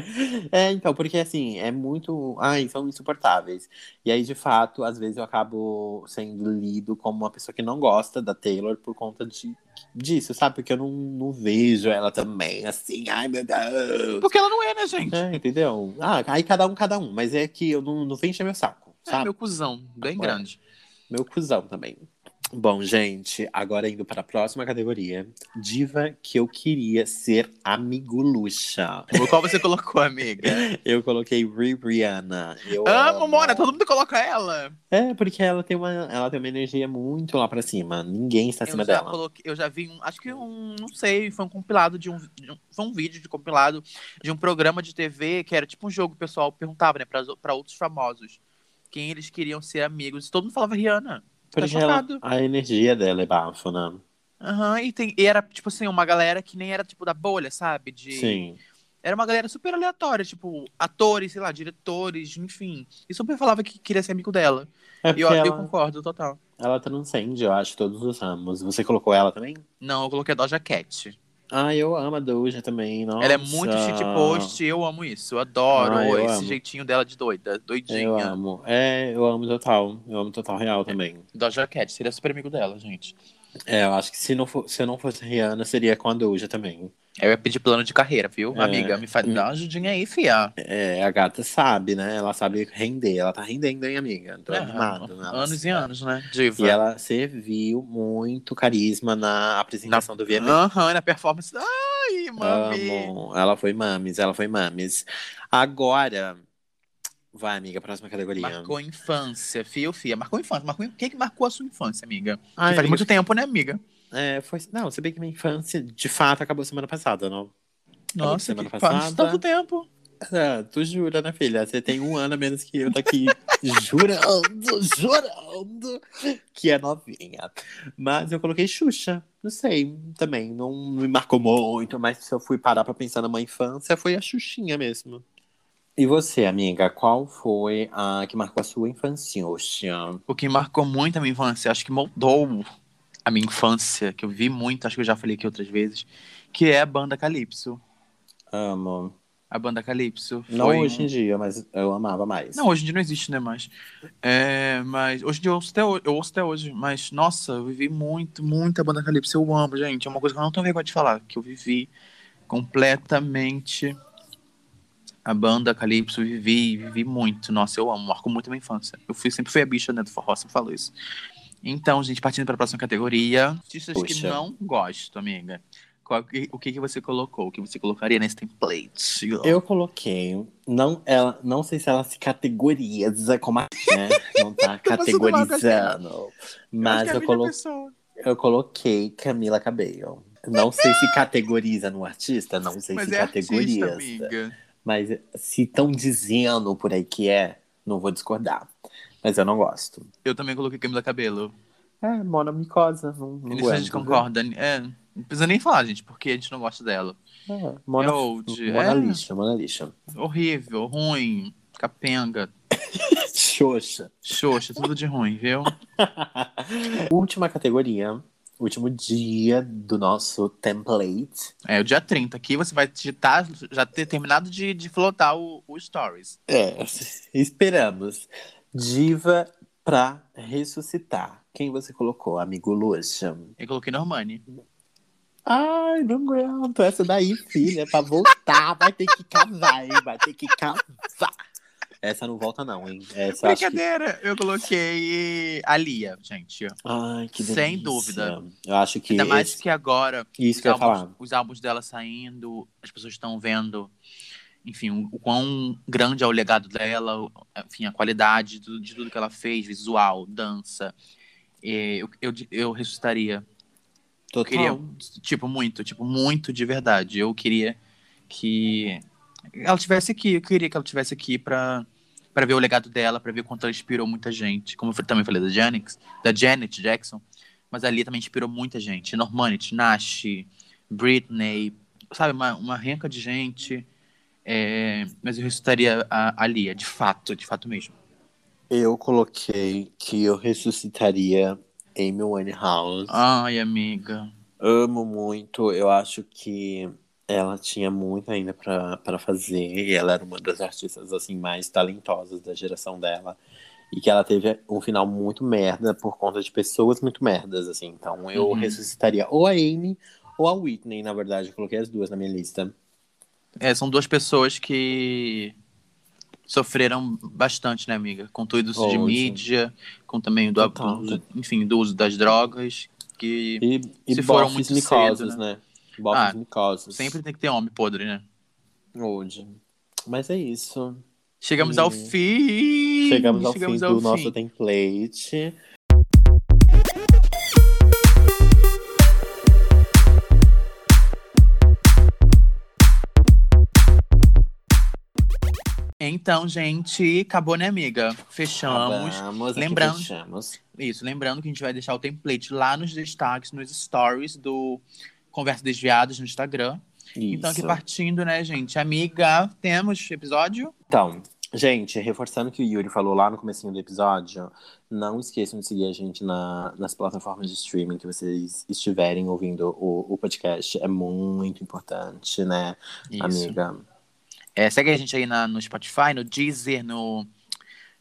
[SPEAKER 2] É, então, porque assim, é muito. Ai, são insuportáveis. E aí, de fato, às vezes eu acabo sendo lido como uma pessoa que não gosta da Taylor por conta de, disso, sabe? Porque eu não, não vejo ela também, assim, ai meu Deus.
[SPEAKER 1] Porque ela não é, né, gente?
[SPEAKER 2] É, entendeu? Ah, aí cada um, cada um. Mas é que eu não, não vem encher meu saco,
[SPEAKER 1] É,
[SPEAKER 2] sabe?
[SPEAKER 1] meu cuzão, bem
[SPEAKER 2] Ué.
[SPEAKER 1] grande.
[SPEAKER 2] Meu cuzão também. Bom, gente, agora indo para a próxima categoria. Diva que eu queria ser amiguluxa.
[SPEAKER 1] Qual você colocou, amiga?
[SPEAKER 2] Eu coloquei Ri- Rihanna. Eu
[SPEAKER 1] Amo, Mona, todo mundo coloca ela.
[SPEAKER 2] É, porque ela tem uma, ela tem uma energia muito lá pra cima. Ninguém está acima
[SPEAKER 1] eu, já
[SPEAKER 2] dela.
[SPEAKER 1] coloquei- eu já vi um, acho que um, não sei, foi um compilado de um, de um- foi um vídeo de compilado de um programa de TV que era tipo um jogo, o pessoal perguntava, né, pra, pra outros famosos quem eles queriam ser amigos. E todo mundo falava Rihanna.
[SPEAKER 2] Porque
[SPEAKER 1] tá
[SPEAKER 2] ela,
[SPEAKER 1] chocado.
[SPEAKER 2] a energia dela é bafo, né?
[SPEAKER 1] Aham, e, tem- e era, tipo assim, uma galera que nem era, tipo, da bolha, sabe? De,
[SPEAKER 2] Sim.
[SPEAKER 1] Era uma galera super aleatória, tipo, atores, sei lá, diretores, enfim. E super falava que queria ser amigo dela.
[SPEAKER 2] É
[SPEAKER 1] E
[SPEAKER 2] porque
[SPEAKER 1] eu, eu
[SPEAKER 2] ela,
[SPEAKER 1] concordo, total.
[SPEAKER 2] ela transcende, eu acho, todos os ramos. Você colocou ela também?
[SPEAKER 1] Não, eu coloquei a Doja Cat.
[SPEAKER 2] Ah, eu amo a Doja também, nossa.
[SPEAKER 1] Ela é muito shit post, eu amo isso. Eu adoro
[SPEAKER 2] Ah, eu
[SPEAKER 1] esse
[SPEAKER 2] amo.
[SPEAKER 1] jeitinho dela de doida,
[SPEAKER 2] Eu
[SPEAKER 1] doidinha.
[SPEAKER 2] amo. É, eu amo total. Eu amo total real também.
[SPEAKER 1] Doja Cat, seria super amigo dela, gente.
[SPEAKER 2] É, eu acho que se, não for- se eu não fosse Rihanna, seria com a Doja também.
[SPEAKER 1] Eu ia pedir plano de carreira, viu?
[SPEAKER 2] É.
[SPEAKER 1] Amiga, me faz, dá uma ajudinha aí, fia.
[SPEAKER 2] É, a gata sabe, né? Ela sabe render. Ela tá rendendo, hein, amiga? Tô
[SPEAKER 1] É,
[SPEAKER 2] animado. né? Ela
[SPEAKER 1] anos e anos, né?
[SPEAKER 2] E
[SPEAKER 1] Diva.
[SPEAKER 2] ela serviu muito carisma na apresentação assim, do VMA.
[SPEAKER 1] Aham, na performance. Ai, mami.
[SPEAKER 2] Amo. Ela foi mames, ela foi mames. Agora, vai, amiga, próxima categoria.
[SPEAKER 1] Marcou infância, fio, fia. Marcou infância. Marcou... Quem é que marcou a sua infância, amiga? Que
[SPEAKER 2] Ai,
[SPEAKER 1] faz
[SPEAKER 2] amiga,
[SPEAKER 1] muito tempo, né, amiga?
[SPEAKER 2] é, foi... Não, se bem que minha infância, de fato, acabou semana passada, não?
[SPEAKER 1] Nossa,
[SPEAKER 2] semana
[SPEAKER 1] que faz
[SPEAKER 2] passada.
[SPEAKER 1] tanto tempo.
[SPEAKER 2] Ah, tu jura, né, filha? Você tem um ano a menos que eu, tá aqui jurando, jurando que é novinha. Mas eu coloquei Xuxa, não sei, também, não me marcou muito, mas se eu fui parar pra pensar na minha infância, foi a Xuxinha mesmo. E você, amiga, qual foi a que marcou a sua infância?
[SPEAKER 1] O que marcou muito a minha infância, acho que moldou a minha infância, que eu vi muito, acho que eu já falei aqui outras vezes, que é a banda Calypso.
[SPEAKER 2] Amo.
[SPEAKER 1] A banda Calypso
[SPEAKER 2] Não
[SPEAKER 1] foi...
[SPEAKER 2] hoje
[SPEAKER 1] um-
[SPEAKER 2] em dia, mas eu amava mais.
[SPEAKER 1] Não, hoje em dia não existe, né, mais. É, mas hoje em dia eu ouço, até hoje, eu ouço até hoje, mas nossa, eu vivi muito, muito a banda Calypso, eu amo, gente, é uma coisa que eu não tenho vergonha de falar, que eu vivi completamente a banda Calypso, vivi, vivi muito, nossa, eu amo, marcou muito a minha infância. Eu fui, sempre fui a bicha, né, do forró, sempre falo isso. Então, gente, partindo para a próxima categoria, artistas que
[SPEAKER 2] Poxa.
[SPEAKER 1] não gosto, amiga. Qual que- o que, que você colocou? O que você colocaria nesse template?
[SPEAKER 2] Eu coloquei. um, Não, ela, não sei se ela se categoriza como a. Né? Não tá
[SPEAKER 1] passando mal com a cena.
[SPEAKER 2] categorizando. Mas eu, colo-
[SPEAKER 1] é pessoa.
[SPEAKER 2] eu coloquei Camila Cabello. Não sei se categoriza no artista, não sei
[SPEAKER 1] Mas
[SPEAKER 2] se
[SPEAKER 1] é
[SPEAKER 2] categoriza.
[SPEAKER 1] artista, amiga.
[SPEAKER 2] mas se estão dizendo por aí que é, não vou discordar. Mas eu não gosto.
[SPEAKER 1] Eu também coloquei Camila Cabelo.
[SPEAKER 2] É, monomicosa. Não, não
[SPEAKER 1] Nisso a gente
[SPEAKER 2] aguento.
[SPEAKER 1] concorda. É, não precisa nem falar, gente, porque a gente não gosta dela.
[SPEAKER 2] É, mona,
[SPEAKER 1] é old,
[SPEAKER 2] mona
[SPEAKER 1] é
[SPEAKER 2] lixa, mona lixa.
[SPEAKER 1] horrível, ruim, capenga,
[SPEAKER 2] Xoxa.
[SPEAKER 1] xoxa, tudo de ruim, viu?
[SPEAKER 2] Última categoria, último dia do nosso template.
[SPEAKER 1] É, o dia 30 aqui você vai digitar, já ter terminado de, de flotar o, o Stories.
[SPEAKER 2] É, esperamos. Diva pra ressuscitar. Quem você colocou, amigo Luxa?
[SPEAKER 1] Eu coloquei Normani.
[SPEAKER 2] Ai, não aguento. Essa daí, filha, pra voltar, vai ter que cavar, hein? Vai ter que cavar. Essa não volta, não, hein? Essa eu acho que...
[SPEAKER 1] Brincadeira, eu coloquei a Lia, gente.
[SPEAKER 2] Ai, que delícia.
[SPEAKER 1] Sem dúvida.
[SPEAKER 2] Eu acho que.
[SPEAKER 1] Ainda mais
[SPEAKER 2] esse-
[SPEAKER 1] que agora
[SPEAKER 2] Isso que eu ia falar.
[SPEAKER 1] os álbuns dela saindo, as pessoas estão vendo, enfim, o, o quão grande é o legado dela, o- enfim, a qualidade do- de tudo que ela fez, visual, dança. É, eu, eu, eu ressuscitaria. Eu
[SPEAKER 2] Total.
[SPEAKER 1] queria, tipo, muito, tipo, muito de verdade. Eu queria que ela tivesse aqui, eu queria que ela tivesse aqui pra, pra ver o legado dela, pra ver o quanto ela inspirou muita gente. Como eu fa- também falei da Janet, da Janet Jackson, mas ali também inspirou muita gente. Normanity, Nash, Britney, sabe, uma, uma renca de gente. É, mas eu ressuscitaria a, a Lia, de fato, de fato mesmo.
[SPEAKER 2] Eu coloquei que eu ressuscitaria
[SPEAKER 1] Ah,
[SPEAKER 2] Amy Winehouse.
[SPEAKER 1] Ai, amiga.
[SPEAKER 2] Amo muito. Eu acho que Ela tinha muito ainda pra pra fazer, e ela era uma das artistas assim mais talentosas da geração dela. E que ela teve um final muito merda por conta de pessoas muito merdas, assim. Então eu
[SPEAKER 1] Uhum.
[SPEAKER 2] ressuscitaria ou a Amy ou a Whitney, na verdade. Eu coloquei as duas na minha lista.
[SPEAKER 1] É, são duas pessoas que sofreram bastante, né, amiga? Com todo isso de
[SPEAKER 2] Ótimo.
[SPEAKER 1] mídia, com também do
[SPEAKER 2] Total.
[SPEAKER 1] abuso, enfim, do uso das drogas, que
[SPEAKER 2] E, e
[SPEAKER 1] Se foram
[SPEAKER 2] bofes
[SPEAKER 1] muito
[SPEAKER 2] micosos,
[SPEAKER 1] cedo,
[SPEAKER 2] né? Bofes
[SPEAKER 1] Ah,
[SPEAKER 2] micosos.
[SPEAKER 1] sempre tem que ter homem podre, né?
[SPEAKER 2] Hoje. Mas é isso.
[SPEAKER 1] Chegamos
[SPEAKER 2] Sim.
[SPEAKER 1] ao fim!
[SPEAKER 2] Uhum. Chegamos ao fim do nosso template.
[SPEAKER 1] Então, gente, acabou, né, amiga? Fechamos.
[SPEAKER 2] Acabamos, aqui
[SPEAKER 1] Lembrando-
[SPEAKER 2] fechamos.
[SPEAKER 1] Isso, lembrando que a gente vai deixar o template lá nos destaques, nos stories do Conversa Desviados no Instagram. Então, aqui
[SPEAKER 2] Isso.
[SPEAKER 1] partindo, né, gente? Amiga, temos episódio?
[SPEAKER 2] Então, gente, reforçando o que o Yuri falou lá no comecinho do episódio, não esqueçam de seguir a gente na- nas plataformas de streaming que vocês estiverem ouvindo o, o podcast. É muito importante, né, amiga?
[SPEAKER 1] É, segue a gente aí na- no Spotify, no Deezer, no,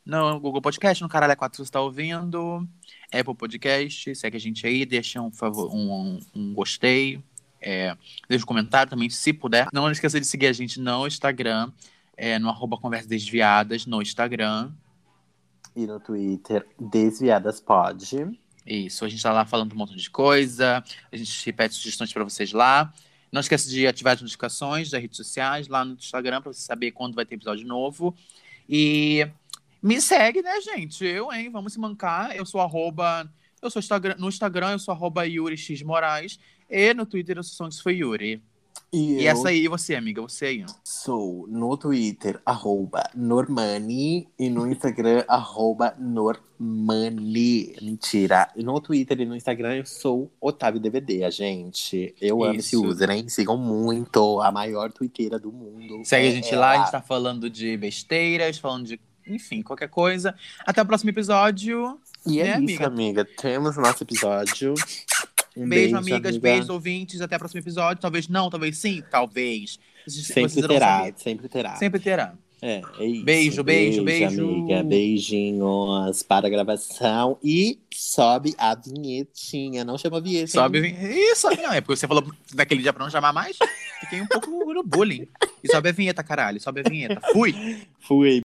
[SPEAKER 1] no Google Podcast, no Caralho 4 você está ouvindo, Apple Podcast, segue a gente aí, deixa um, favor, um, um gostei, é, deixa um comentário também, se puder. Não esqueça de seguir a gente no Instagram, é, no arroba Conversa Desviadas, no Instagram.
[SPEAKER 2] E no Twitter, Desviadas Pod.
[SPEAKER 1] Isso, a gente tá lá falando um monte de coisa, a gente pede sugestões para vocês lá. Não esqueça de ativar as notificações das redes sociais lá no Instagram para você saber quando vai ter episódio novo. E me segue, né, gente? Eu, hein? Vamos se mancar. Eu sou arroba. Eu sou Instagram, no Instagram, eu sou arroba Yuri X Moraes. E no Twitter eu sou Songs Foi Yuri. E,
[SPEAKER 2] eu
[SPEAKER 1] essa aí, e você, amiga, você aí. ó.
[SPEAKER 2] Sou no Twitter, arroba Normani, e no Instagram, arroba Normani. Mentira. No Twitter e no Instagram eu sou Otávio DVD, a gente. Eu amo esse
[SPEAKER 1] Isso.
[SPEAKER 2] user, hein? Sigam muito. A maior twitteira do mundo.
[SPEAKER 1] Segue a
[SPEAKER 2] é
[SPEAKER 1] gente lá, a
[SPEAKER 2] ela.
[SPEAKER 1] gente tá falando de besteiras, falando de, enfim, qualquer coisa. Até o próximo episódio.
[SPEAKER 2] E é
[SPEAKER 1] né,
[SPEAKER 2] isso,
[SPEAKER 1] amiga?
[SPEAKER 2] amiga. Temos nosso episódio. Um
[SPEAKER 1] Beijo, amigas, beijo, ouvintes. Até o próximo episódio. Talvez não, talvez sim, talvez. Vocês- vocês
[SPEAKER 2] Sempre
[SPEAKER 1] irão
[SPEAKER 2] terá,
[SPEAKER 1] saber.
[SPEAKER 2] sempre terá.
[SPEAKER 1] Sempre terá.
[SPEAKER 2] É, é isso.
[SPEAKER 1] Beijo, beijo, beijo.
[SPEAKER 2] Amiga, beijinhos para a gravação. E sobe a vinhetinha. Não chama a vinheta. hein?
[SPEAKER 1] Sobe. Ih, sobe não. É porque você falou daquele dia pra não chamar mais. Fiquei um pouco no bullying. E sobe a vinheta, caralho. Sobe a vinheta. Fui!
[SPEAKER 2] Fui.